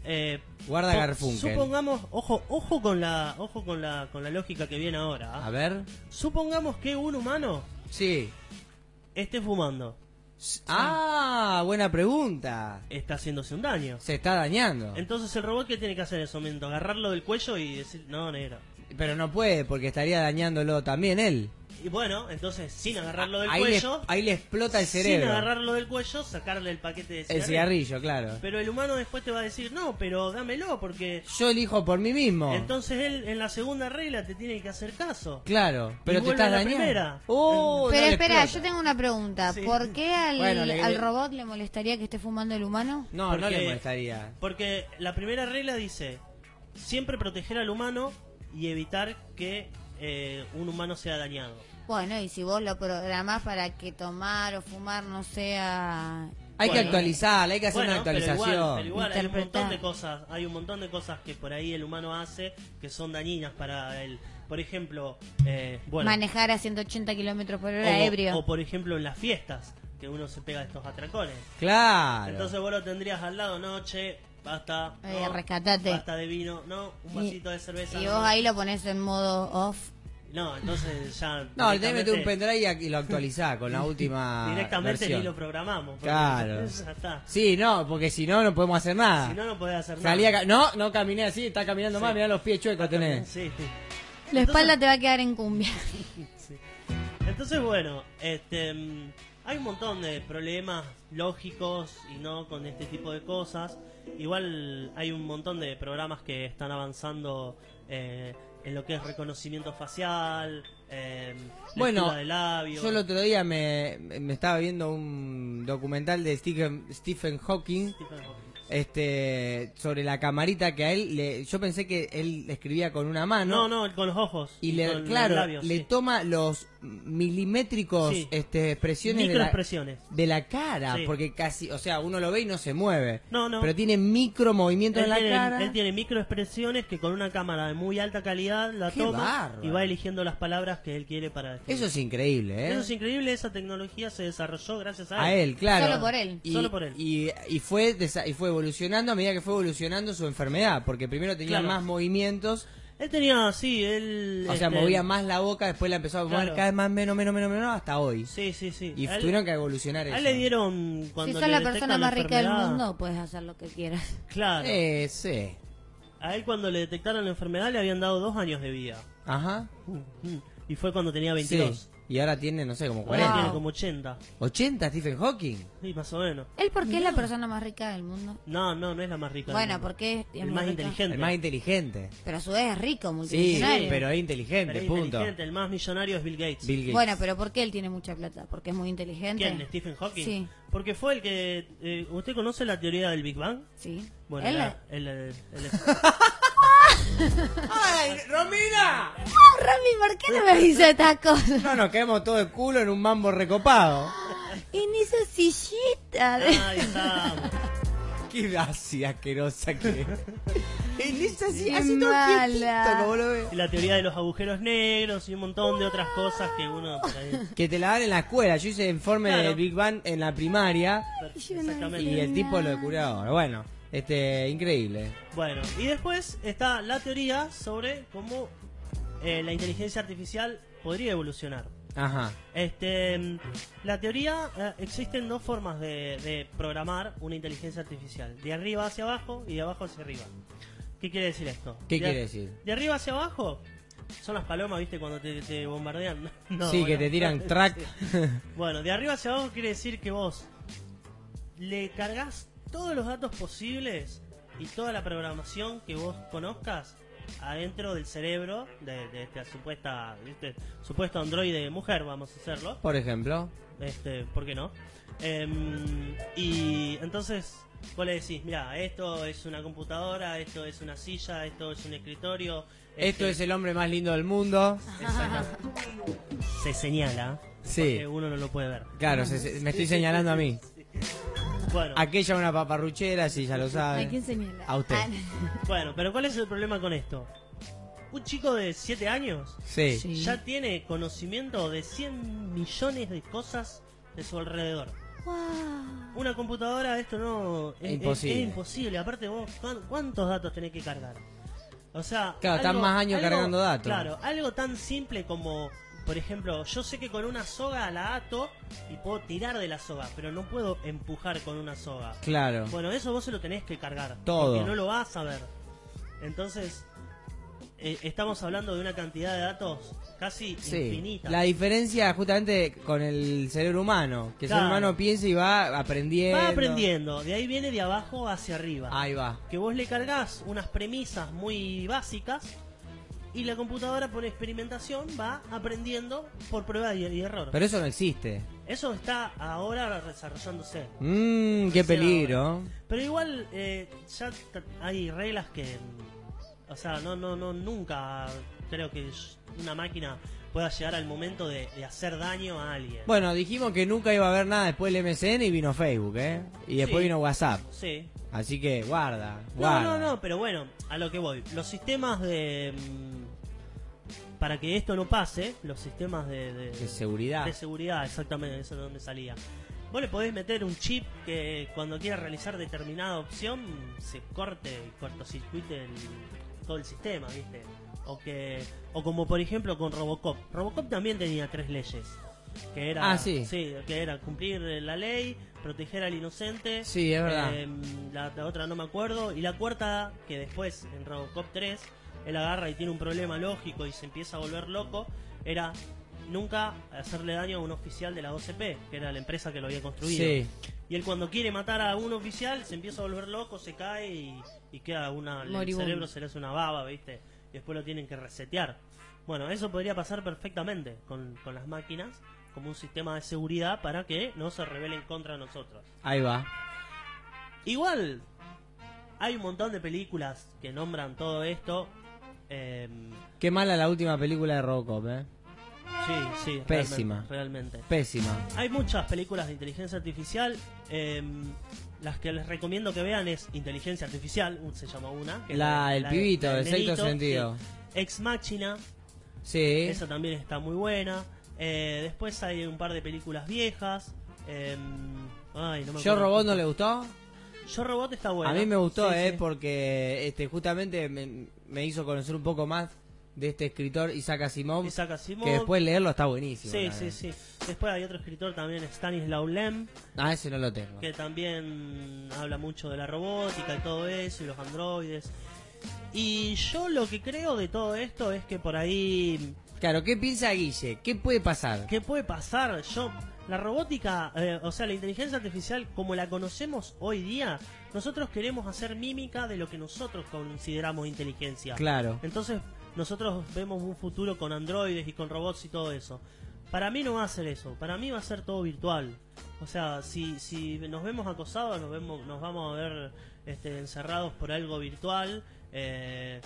Speaker 3: Eh,
Speaker 5: Guarda
Speaker 3: po-
Speaker 5: Garfunkel.
Speaker 3: Supongamos, ojo, ojo con la, ojo con la, con la lógica que viene ahora. ¿ah?
Speaker 5: A ver.
Speaker 3: Supongamos que un humano
Speaker 5: Sí.
Speaker 3: esté fumando,
Speaker 5: Ah, buena pregunta.
Speaker 3: está haciéndose un daño.
Speaker 5: Se está dañando.
Speaker 3: Entonces el robot qué tiene que hacer en ese momento, agarrarlo del cuello y decir, no, negro.
Speaker 5: Pero no puede, porque estaría dañándolo también él.
Speaker 3: Y bueno, entonces sin agarrarlo del
Speaker 5: ahí,
Speaker 3: cuello,
Speaker 5: Le, ahí le explota el
Speaker 3: sin
Speaker 5: cerebro.
Speaker 3: agarrarlo del cuello, sacarle el paquete de
Speaker 5: El
Speaker 3: cigarrillos.
Speaker 5: cigarrillo, claro.
Speaker 3: Pero el humano después te va a decir, no, pero dámelo, porque
Speaker 5: Yo elijo por mí mismo.
Speaker 3: entonces él en la segunda regla te tiene que hacer caso.
Speaker 5: Claro,
Speaker 3: Y
Speaker 5: pero te
Speaker 3: vuelve
Speaker 5: estás
Speaker 3: a la
Speaker 5: dañando.
Speaker 3: primera.
Speaker 5: Oh,
Speaker 6: Pero
Speaker 5: no le
Speaker 6: espera,
Speaker 5: explota.
Speaker 6: yo tengo una pregunta.
Speaker 3: Sí.
Speaker 6: ¿Por qué al,
Speaker 5: Bueno, le-
Speaker 6: al robot le molestaría que esté fumando el humano?
Speaker 5: No, no
Speaker 3: Porque-
Speaker 5: le molestaría.
Speaker 3: Porque la primera regla dice, siempre proteger al humano y evitar que eh, un humano sea dañado.
Speaker 6: Bueno, y si vos lo programás para que tomar o fumar no sea...
Speaker 5: Hay que
Speaker 3: Bueno.
Speaker 5: actualizarla, hay que hacer una
Speaker 3: Bueno, pero
Speaker 5: actualización.
Speaker 3: igual, pero igual hay un montón
Speaker 6: Interpretar.
Speaker 3: de cosas, hay un montón de cosas que por ahí el humano hace que son dañinas para él. Por ejemplo, eh, bueno,
Speaker 6: Manejar a 180 kilómetros por hora ebrio.
Speaker 3: o, o por ejemplo en las fiestas que uno se pega estos atracones.
Speaker 5: Claro.
Speaker 3: Entonces vos lo tendrías al lado, noche, basta.
Speaker 6: Eh,
Speaker 3: no,
Speaker 6: rescatate.
Speaker 3: Basta de vino, no, un
Speaker 6: Y-
Speaker 3: vasito de cerveza.
Speaker 6: y
Speaker 3: no.
Speaker 6: vos ahí lo pones en modo off.
Speaker 3: No, entonces ya.
Speaker 5: no, le tenés que
Speaker 3: directamente-
Speaker 5: meter un pendrive y a- y lo actualizás con la última.
Speaker 3: Directamente
Speaker 5: Ah, versión.
Speaker 3: ni lo programamos. porque
Speaker 5: Claro. Ah.
Speaker 3: Ya está.
Speaker 5: Sí, no, porque si no, no podemos hacer nada.
Speaker 3: Si no, no podés hacer
Speaker 5: Salí a
Speaker 3: nada.
Speaker 5: ca- No, no caminé así, está caminando
Speaker 3: Sí.
Speaker 5: más, mirá los pies chuecos tenés.
Speaker 3: Sí, sí.
Speaker 6: La
Speaker 3: Entonces-
Speaker 6: espalda te va a quedar en cumbia.
Speaker 3: Sí. Entonces, bueno, este, mm, hay un montón de problemas lógicos y no con este tipo de cosas. Igual hay un montón de programas que están avanzando eh, en lo que es reconocimiento facial, eh,
Speaker 5: Bueno,
Speaker 3: lectura de labios.
Speaker 5: Yo el otro día me, me estaba viendo un documental de Stephen, Stephen Hawking
Speaker 3: Stephen Hawking.
Speaker 5: este, sobre la camarita que a él, le, yo pensé que él escribía con una mano.
Speaker 3: No, no, con los ojos.
Speaker 5: Y le,
Speaker 3: con los
Speaker 5: claro,
Speaker 3: labios,
Speaker 5: le
Speaker 3: sí.
Speaker 5: toma los milimétricos
Speaker 3: Sí.
Speaker 5: este, expresiones, de la,
Speaker 3: Microexpresiones.
Speaker 5: de la cara,
Speaker 3: Sí.
Speaker 5: porque casi, o sea, uno lo ve y no se mueve.
Speaker 3: No, no.
Speaker 5: Pero tiene micro movimientos
Speaker 3: Él
Speaker 5: en la
Speaker 3: tiene,
Speaker 5: cara.
Speaker 3: él tiene microexpresiones que con una cámara de muy alta calidad la
Speaker 5: ¡Qué
Speaker 3: toma y
Speaker 5: bárbaro!
Speaker 3: va eligiendo las palabras que él quiere para escribir.
Speaker 5: Eso es increíble, ¿eh?
Speaker 3: Eso es increíble, esa tecnología se desarrolló gracias a,
Speaker 5: a él, claro.
Speaker 6: Solo por él.
Speaker 5: Y,
Speaker 3: Solo por él.
Speaker 5: Y, y fue desa- y fue evolucionando a medida que fue evolucionando su enfermedad, porque primero tenía
Speaker 3: Claro.
Speaker 5: más movimientos,
Speaker 3: Él tenía, sí, él...
Speaker 5: o sea,
Speaker 3: este,
Speaker 5: movía más la boca, después la empezó a mover
Speaker 3: Claro.
Speaker 5: cada vez más, menos, menos, menos, menos, hasta hoy.
Speaker 3: Sí, sí, sí.
Speaker 5: Y
Speaker 3: A él-
Speaker 5: tuvieron que evolucionar
Speaker 3: a
Speaker 5: eso.
Speaker 3: él le dieron
Speaker 6: Si
Speaker 3: cuando
Speaker 6: sos
Speaker 3: le
Speaker 6: la
Speaker 3: detectan
Speaker 6: persona más rica del
Speaker 3: enfermedad-
Speaker 6: mundo, puedes hacer lo que quieras.
Speaker 3: Claro.
Speaker 5: Eh, sí.
Speaker 3: A él cuando le detectaron la enfermedad le habían dado dos años de vida.
Speaker 5: Ajá.
Speaker 3: Mm. Y fue cuando tenía 22.
Speaker 5: Sí. Y ahora tiene, no sé, como
Speaker 3: Ahora
Speaker 5: 40.
Speaker 3: tiene
Speaker 6: Wow.
Speaker 3: como 80.
Speaker 5: 80 Stephen Hawking.
Speaker 3: Sí, más o menos.
Speaker 6: ¿Él por qué es la persona más rica del mundo?
Speaker 3: No, no, no es la más rica. del
Speaker 6: Bueno,
Speaker 3: mundo.
Speaker 6: porque es, es
Speaker 3: El
Speaker 6: muy
Speaker 3: más
Speaker 6: rico.
Speaker 3: inteligente.
Speaker 5: El más inteligente.
Speaker 6: Pero a su vez es rico,
Speaker 5: Sí,
Speaker 6: multimillonario.
Speaker 5: pero es
Speaker 3: Pero
Speaker 5: inteligente,
Speaker 3: es
Speaker 5: punto.
Speaker 3: inteligente, El más millonario es Bill Gates.
Speaker 5: Bill Gates.
Speaker 6: Bueno, pero ¿por qué él tiene mucha plata? Porque es muy inteligente.
Speaker 3: ¿Quién? ¿Stephen Hawking?
Speaker 6: Sí.
Speaker 3: Porque fue el que... eh, ¿Usted conoce la teoría del Big Bang?
Speaker 6: Sí.
Speaker 3: Bueno,
Speaker 6: Él-
Speaker 3: la- el- el- el-
Speaker 5: ¡Ay, Romina!
Speaker 6: ¡Ah, Rami, ¿por qué no me avisa estas cosas?
Speaker 5: No, nos quedamos todo de culo en un mambo recopado.
Speaker 6: En esa sillita. de-
Speaker 3: Ah, Ahí estamos.
Speaker 5: Qué así asquerosa que es. En esa sí,
Speaker 6: Qué
Speaker 5: así todo
Speaker 6: mala.
Speaker 5: quietito, como lo veo.
Speaker 3: Y la teoría de los agujeros negros y un montón de otras cosas que uno... por ahí-
Speaker 5: Que te la dan en la escuela. Yo hice informe
Speaker 3: Claro.
Speaker 5: de Big Bang en la primaria
Speaker 3: Exactamente.
Speaker 5: y el tipo lo descubrió ahora. Bueno, este, increíble.
Speaker 3: Bueno, y después está la teoría sobre cómo eh, la inteligencia artificial podría evolucionar.
Speaker 5: Ajá.
Speaker 3: Este, mm, la teoría, eh, existen dos formas de, de programar una inteligencia artificial. De arriba hacia abajo y de abajo hacia arriba. ¿Qué quiere decir esto?
Speaker 5: ¿Qué
Speaker 3: De-
Speaker 5: quiere decir?
Speaker 3: De arriba hacia abajo son las palomas, ¿viste? Cuando te, te bombardean. No,
Speaker 5: sí, que
Speaker 3: bueno.
Speaker 5: te tiran track.
Speaker 3: Bueno, de arriba hacia abajo quiere decir que vos le cargas todos los datos posibles y toda la programación que vos conozcas adentro del cerebro de, de esta supuesta de este supuesto androide mujer, vamos a hacerlo.
Speaker 5: Por ejemplo.
Speaker 3: Este, ¿por qué no? Em, y entonces vos le decís, mira, esto es una computadora, esto es una silla, esto es un escritorio.
Speaker 5: Esto
Speaker 3: este-
Speaker 5: es el hombre más lindo del mundo.
Speaker 3: Exacto. Se señala.
Speaker 5: Sí.
Speaker 3: porque uno no lo puede ver.
Speaker 5: Claro, se- se- me estoy señalando a mí.
Speaker 3: Bueno,
Speaker 5: Aquella una paparruchera, si ya lo
Speaker 6: ¿A
Speaker 5: sabe.
Speaker 6: quién señala?
Speaker 5: eh, A usted.
Speaker 6: Ah,
Speaker 3: Bueno, pero ¿cuál es el problema con esto? Un chico de 7 años
Speaker 5: Sí.
Speaker 6: Sí.
Speaker 3: ya tiene conocimiento de 100 millones de cosas de su alrededor.
Speaker 6: Guau.
Speaker 3: Una computadora, esto no. Es, es-
Speaker 5: Imposible.
Speaker 3: es imposible. Aparte, vos, ¿cuán- ¿cuántos datos tenés que cargar? O sea.
Speaker 5: Claro, están más años cargando datos.
Speaker 3: Claro, algo tan simple como. Por ejemplo, yo sé que con una soga la ato y puedo tirar de la soga, pero no puedo empujar con una soga.
Speaker 5: Claro.
Speaker 3: Bueno, eso vos se lo tenés que cargar.
Speaker 5: Todo.
Speaker 3: Porque no lo vas a ver. Entonces, eh, estamos hablando de una cantidad de datos casi
Speaker 5: Sí.
Speaker 3: infinita.
Speaker 5: La diferencia justamente con el cerebro humano, que el
Speaker 3: Claro.
Speaker 5: ser humano piensa y va aprendiendo.
Speaker 3: Va aprendiendo. De ahí viene de abajo hacia arriba.
Speaker 5: Ahí va.
Speaker 3: Que vos le cargas unas premisas muy básicas y la computadora por experimentación va aprendiendo por prueba y, y error.
Speaker 5: Pero eso no existe.
Speaker 3: Eso está ahora desarrollándose.
Speaker 5: Mmm, qué
Speaker 3: Recién
Speaker 5: peligro.
Speaker 3: ahora. Pero igual eh, ya t- hay reglas que, mm, o sea, no, no, no, nunca creo que sh- una máquina pueda llegar al momento de, de hacer daño a alguien.
Speaker 5: Bueno, dijimos que nunca iba a haber nada después del MSN y vino Facebook, ¿eh? Y después
Speaker 3: Sí.
Speaker 5: vino WhatsApp.
Speaker 3: sí.
Speaker 5: Así que guarda,
Speaker 3: No,
Speaker 5: guarda.
Speaker 3: no, no, pero bueno, a lo que voy. Los sistemas de, mm, para que esto no pase, los sistemas de, de-
Speaker 5: De seguridad.
Speaker 3: de seguridad, exactamente, eso es donde salía. Vos le podés meter un chip que cuando quiera realizar determinada opción se corte y cortocircuite el- todo el sistema, ¿viste? O que o como por ejemplo con Robocop. Robocop también tenía tres leyes, que era
Speaker 5: Ah, sí.
Speaker 3: que era cumplir la ley, proteger al inocente,
Speaker 5: Sí, es verdad.
Speaker 3: em, la, la otra no me acuerdo y la cuarta que después en Robocop 3 él agarra y tiene un problema lógico y se empieza a volver loco era nunca hacerle daño a un oficial de la OCP, que era la empresa que lo había construido.
Speaker 5: Sí.
Speaker 3: Y él cuando quiere matar a un oficial se empieza a volver loco, se cae y, y queda una el
Speaker 6: Moribundo.
Speaker 3: cerebro se le hace una baba, ¿viste? Y después lo tienen que resetear. Bueno, eso podría pasar perfectamente con, con las máquinas como un sistema de seguridad para que no se rebelen contra nosotros.
Speaker 5: Ahí va.
Speaker 3: Igual, Hay un montón de películas que nombran todo esto. em,
Speaker 5: Qué mala la última película de Robocop, ¿eh?
Speaker 3: sí, sí. realmente,
Speaker 5: Pésima.
Speaker 3: Realmente.
Speaker 5: Pésima.
Speaker 3: Hay muchas películas de inteligencia artificial. em, las que les recomiendo que vean es Inteligencia Artificial, uh, se llama una. que es
Speaker 5: La del pibito,
Speaker 3: del
Speaker 5: del sexto
Speaker 3: nenito,
Speaker 5: sentido.
Speaker 3: sí. Ex Machina,
Speaker 5: Sí.
Speaker 3: esa también está muy buena. Eh, después hay un par de películas viejas. em, ay, no me
Speaker 5: ¿Yo
Speaker 3: acuerdo.
Speaker 5: Robot no le gustó?
Speaker 3: Yo Robot está buena.
Speaker 5: a mí me gustó,
Speaker 3: Sí,
Speaker 5: ¿eh?
Speaker 3: sí.
Speaker 5: Porque este, justamente me, me hizo conocer un poco más de este escritor Isaac Asimov.
Speaker 3: Isaac Asimov.
Speaker 5: Que después leerlo está buenísimo.
Speaker 3: Sí,
Speaker 5: la
Speaker 3: sí,
Speaker 5: verdad.
Speaker 3: sí. Después hay otro escritor también, Stanislaw Lem,
Speaker 5: Ah, ese no lo tengo.
Speaker 3: que también habla mucho de la robótica y todo eso, y los androides. Y yo lo que creo de todo esto es que por ahí...
Speaker 5: Claro, ¿qué piensa Guille? ¿Qué puede pasar?
Speaker 3: ¿Qué puede pasar? Yo... La robótica, eh, o sea, la inteligencia artificial como la conocemos hoy día, nosotros queremos hacer mímica de lo que nosotros consideramos inteligencia.
Speaker 5: Claro.
Speaker 3: Entonces, nosotros vemos un futuro con androides y con robots y todo eso. Para mí no va a ser eso, para mí va a ser todo virtual. O sea, si, si nos vemos acosados, nos, vemos, nos vamos a ver este, encerrados por algo virtual, eh,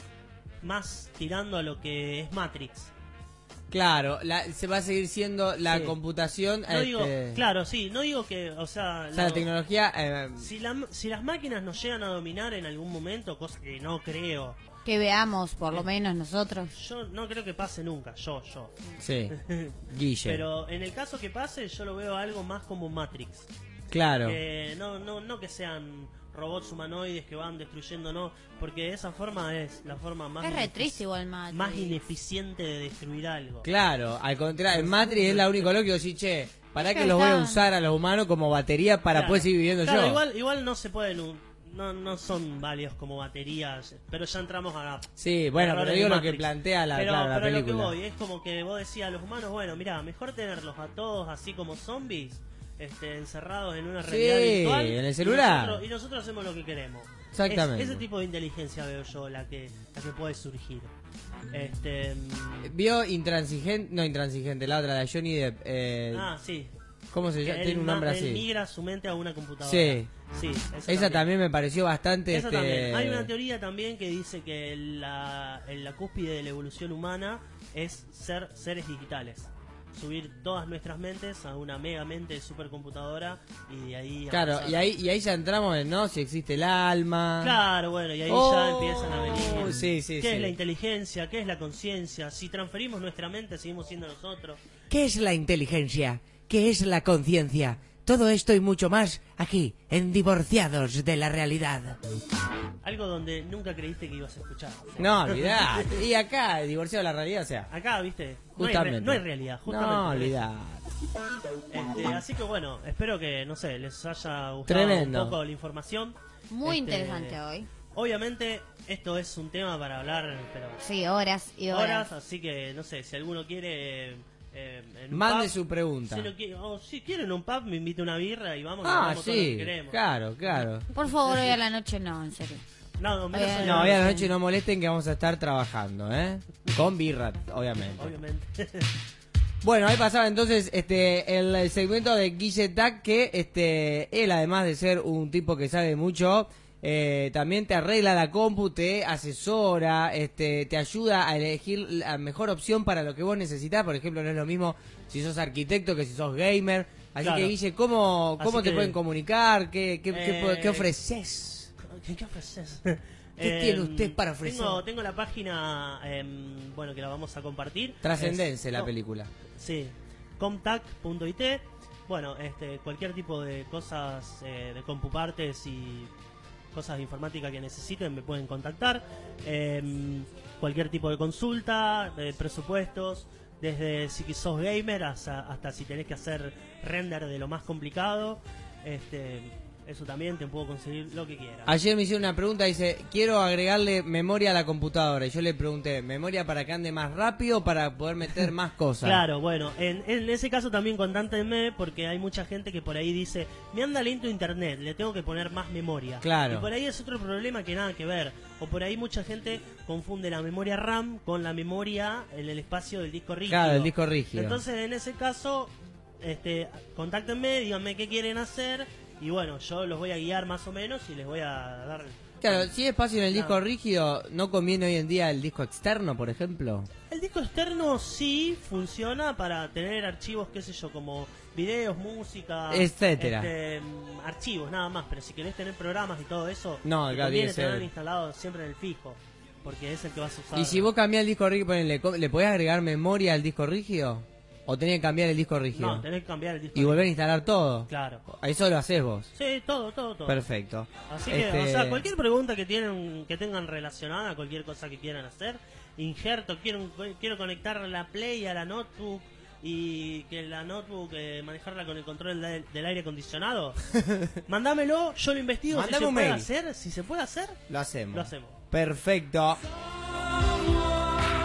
Speaker 3: más tirando a lo que es Matrix.
Speaker 5: Claro, la- se va a seguir siendo la
Speaker 3: Sí.
Speaker 5: computación.
Speaker 3: No digo,
Speaker 5: este,
Speaker 3: claro, sí, no digo que, o sea,
Speaker 5: O sea, la
Speaker 3: la-
Speaker 5: tecnología. eh,
Speaker 3: si, la- si las máquinas nos llegan a dominar en algún momento, cosa que no creo,
Speaker 6: Que veamos, por lo menos nosotros.
Speaker 3: yo no creo que pase nunca, yo, yo.
Speaker 5: sí. Guille.
Speaker 3: Pero en el caso que pase, yo lo veo algo más como Matrix.
Speaker 5: claro.
Speaker 3: Que no, no, no que sean robots humanoides que van destruyendo, no. Porque de esa forma es la forma más.
Speaker 6: Es re
Speaker 3: inefic-
Speaker 6: triste igual, Matrix.
Speaker 3: Más ineficiente de destruir algo.
Speaker 5: Claro, al contrario, en Matrix es la única lo que decís, che, ¿para que
Speaker 6: Ya
Speaker 5: los voy a
Speaker 6: está.
Speaker 5: usar a los humanos como batería para
Speaker 3: Claro.
Speaker 5: poder seguir viviendo
Speaker 3: Claro,
Speaker 5: yo?
Speaker 3: Igual, igual no se pueden. u- No, no son válidos como baterías. Pero ya entramos a.
Speaker 5: Sí, bueno,
Speaker 3: errores
Speaker 5: pero
Speaker 3: de
Speaker 5: digo lo
Speaker 3: Matrix.
Speaker 5: que plantea la,
Speaker 3: pero,
Speaker 5: claro, la
Speaker 3: pero
Speaker 5: película.
Speaker 3: lo que voy es como que vos decías a los humanos, bueno, mira, mejor tenerlos a todos así como zombies, este, encerrados en una
Speaker 5: Sí,
Speaker 3: realidad virtual.
Speaker 5: en el
Speaker 3: y
Speaker 5: celular.
Speaker 3: nosotros- Y nosotros, hacemos lo que queremos.
Speaker 5: Exactamente.
Speaker 3: Es- ese tipo de inteligencia veo yo la que la que puede surgir. Este, mm,
Speaker 5: Vio Intransigente, no Intransigente, la otra, la Johnny Depp. Eh,
Speaker 3: ah, sí.
Speaker 5: ¿Cómo se
Speaker 3: Que
Speaker 5: llama?
Speaker 3: él
Speaker 5: Tiene un
Speaker 3: ma-
Speaker 5: nombre
Speaker 3: él
Speaker 5: así.
Speaker 3: migra su mente a una computadora.
Speaker 5: Sí.
Speaker 3: Sí,
Speaker 5: Esa también me pareció bastante.
Speaker 3: Esa
Speaker 5: este,
Speaker 3: también. Hay una teoría también que dice que la, en la cúspide de la evolución humana es ser seres digitales. Subir todas nuestras mentes a una mega mente supercomputadora y de ahí.
Speaker 5: Claro,
Speaker 3: avanzar.
Speaker 5: y ahí, y ahí ya entramos en, ¿no? Si existe el alma.
Speaker 3: Claro, bueno, y ahí ya
Speaker 5: Oh,
Speaker 3: empiezan a venir.
Speaker 5: sí, sí,
Speaker 3: ¿Qué
Speaker 5: sí.
Speaker 3: es la inteligencia? ¿Qué es la conciencia? Si transferimos nuestra mente, seguimos siendo nosotros.
Speaker 5: ¿Qué es la inteligencia? ¿Qué es la conciencia? Todo esto y mucho más aquí, en Divorciados de la Realidad.
Speaker 3: Algo donde nunca creíste que ibas a escuchar.
Speaker 5: No, olvidá. Y acá, Divorciados de la Realidad, o sea,
Speaker 3: Acá, viste, no hay,
Speaker 5: justamente.
Speaker 3: re- no hay realidad.
Speaker 5: No,
Speaker 3: Justamente por eso.
Speaker 5: olvidá.
Speaker 3: Este, así que bueno, espero que, no sé, les haya gustado
Speaker 5: Tremendo.
Speaker 3: un poco la información.
Speaker 6: Muy
Speaker 3: Este,
Speaker 6: interesante hoy.
Speaker 3: Obviamente, esto es un tema para hablar, pero
Speaker 6: Sí, horas y horas.
Speaker 3: horas, así que no sé, si alguno quiere. eh, eh, en un
Speaker 5: Mande
Speaker 3: pub,
Speaker 5: su pregunta.
Speaker 3: Si, lo qui- o si quieren un pub, me invita una birra y vamos.
Speaker 5: Ah,
Speaker 3: nos tomamos todo lo que
Speaker 5: sí,
Speaker 3: queremos.
Speaker 5: claro, claro.
Speaker 6: Por favor, hoy a la noche no, en serio.
Speaker 3: No, no, menos
Speaker 6: Bien.
Speaker 3: hoy
Speaker 5: No, hoy a la noche no molesten que vamos a estar trabajando, ¿eh? Con birra, obviamente.
Speaker 3: Obviamente.
Speaker 5: Bueno, ahí pasaba entonces este el, el segmento de Guille Tac, que este él además de ser un tipo que sabe mucho, eh, también te arregla la compu, te asesora, este te ayuda a elegir la mejor opción para lo que vos necesitas. Por ejemplo, no es lo mismo si sos arquitecto que si sos gamer. Así
Speaker 3: Claro.
Speaker 5: que Guille, ¿cómo,
Speaker 3: Así
Speaker 5: cómo te
Speaker 3: que-
Speaker 5: pueden comunicar? ¿Qué, qué, qué po-
Speaker 3: Eh,
Speaker 5: qué ofreces?
Speaker 3: ¿Qué, qué ofreces? Eh,
Speaker 5: ¿Qué tiene usted para ofrecer?
Speaker 3: Tengo, tengo la página, em, bueno, que la vamos a compartir.
Speaker 5: Trascendense
Speaker 3: Es-
Speaker 5: la
Speaker 3: no,
Speaker 5: película.
Speaker 3: Sí, comtac.it. Bueno, este, cualquier tipo de cosas eh, de compupartes y cosas de informática que necesiten me pueden contactar. Em, cualquier tipo de consulta, eh, presupuestos, desde si que sos gamer hasta, hasta si tenés que hacer render de lo más complicado. Este, eso también te puedo conseguir lo que quieras.
Speaker 5: Ayer me hicieron una pregunta, dice, quiero agregarle memoria a la computadora. Y yo le pregunté, ¿memoria para que ande más rápido o para poder meter más cosas?
Speaker 3: Claro, bueno, en, en ese caso también contáctenme porque hay mucha gente que por ahí dice, me anda lento internet, le tengo que poner más memoria.
Speaker 5: Claro.
Speaker 3: Y por ahí es otro problema que nada que ver. O por ahí mucha gente confunde la memoria RAM con la memoria en el espacio del disco rígido.
Speaker 5: Claro, el disco rígido.
Speaker 3: Entonces, en ese caso, este, contáctenme, díganme qué quieren hacer y bueno, yo los voy a guiar más o menos y les voy a dar
Speaker 5: Claro, si hay espacio en el disco rígido, ¿no conviene hoy en día el disco externo, por ejemplo?
Speaker 3: El disco externo sí funciona para tener archivos, qué sé yo, como videos, música,
Speaker 5: Etcétera.
Speaker 3: este, mm, archivos, nada más. Pero si querés tener programas y todo eso,
Speaker 5: No, claro,
Speaker 3: te
Speaker 5: tiene
Speaker 3: conviene
Speaker 5: que ser-
Speaker 3: tenerlo instalado siempre en el fijo, porque es el que vas a usar.
Speaker 5: Y si vos cambiás el disco rígido, ponele, co- ¿le podés agregar memoria al disco rígido? ¿O tenés que cambiar el disco rígido?
Speaker 3: no, tenés que cambiar el disco.
Speaker 5: Y volver a instalar todo.
Speaker 3: Claro.
Speaker 5: Eso lo haces vos.
Speaker 3: Sí, todo, todo, todo.
Speaker 5: Perfecto.
Speaker 3: Así que, o
Speaker 5: Este,
Speaker 3: sea, cualquier pregunta que tienen, que tengan relacionada, cualquier cosa que quieran hacer, injerto, quiero, quiero conectar la Play a la notebook y que la notebook eh, manejarla con el control del, del aire acondicionado, mandámelo, yo lo investigo, si
Speaker 5: Mandame
Speaker 3: se
Speaker 5: un
Speaker 3: puede
Speaker 5: mail.
Speaker 3: hacer, si se puede hacer,
Speaker 5: Lo hacemos.
Speaker 3: Lo hacemos.
Speaker 5: Perfecto.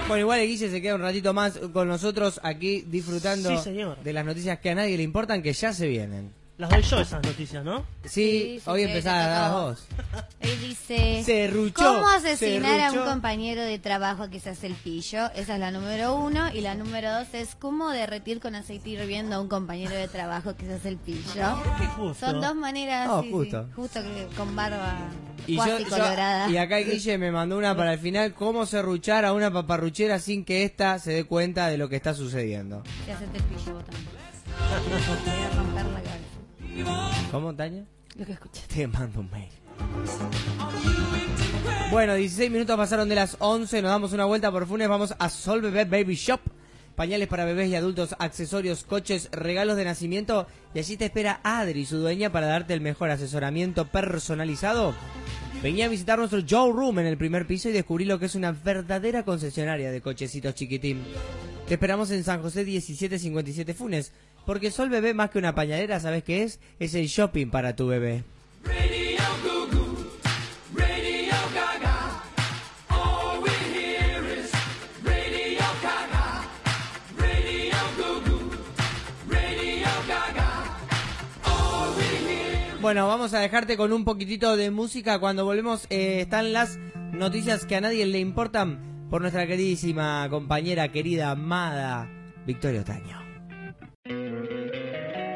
Speaker 5: Bueno, igual el Guille se queda un ratito más con nosotros aquí disfrutando
Speaker 3: Sí, señor.
Speaker 5: de las noticias que a nadie le importan que ya se vienen.
Speaker 3: las doy yo esas noticias, ¿no?
Speaker 5: Sí,
Speaker 6: Sí, sí,
Speaker 5: hoy
Speaker 6: sí,
Speaker 5: empezás
Speaker 6: te
Speaker 5: a dar
Speaker 6: tocaba.
Speaker 5: vos.
Speaker 6: Él dice...
Speaker 5: Serruchó,
Speaker 6: ¿Cómo asesinar a un
Speaker 5: serruchó.
Speaker 6: compañero de trabajo que se hace el pillo? Esa es la número uno. Y la número dos es cómo derretir con aceite hirviendo a un compañero de trabajo que se hace el pillo.
Speaker 3: Qué justo.
Speaker 6: Son dos maneras.
Speaker 5: Oh,
Speaker 6: sí,
Speaker 5: justo.
Speaker 6: sí, justo que con barba
Speaker 5: Y, yo-
Speaker 6: cuasi
Speaker 5: yo-
Speaker 6: colorada.
Speaker 5: y acá el Guille me mandó una para el final, cómo serruchar a una paparruchera sin que ésta se dé cuenta de lo que está sucediendo.
Speaker 6: Te haces el pillo vos también. Te voy a romper la cabeza.
Speaker 5: ¿Cómo, Tania?
Speaker 6: Lo que escuchaste.
Speaker 5: Te mando un mail. Bueno, 16 minutos pasaron de las 11, nos damos una vuelta por Funes, vamos a Sol Bebé Baby Shop. Pañales para bebés y adultos, accesorios, coches, regalos de nacimiento. Y allí te espera Adri, su dueña, para darte el mejor asesoramiento personalizado. Vení a visitar nuestro showroom en el primer piso y descubrí lo que es una verdadera concesionaria de cochecitos chiquitín. Te esperamos en San José 1757 Funes, porque Sol Bebé más que una pañalera, ¿sabes qué es? Es el shopping para tu bebé. Bueno, vamos a dejarte con un poquitito de música. Cuando volvemos eh, están las noticias que a nadie le importan por nuestra queridísima compañera, querida, amada, Victoria Otaño.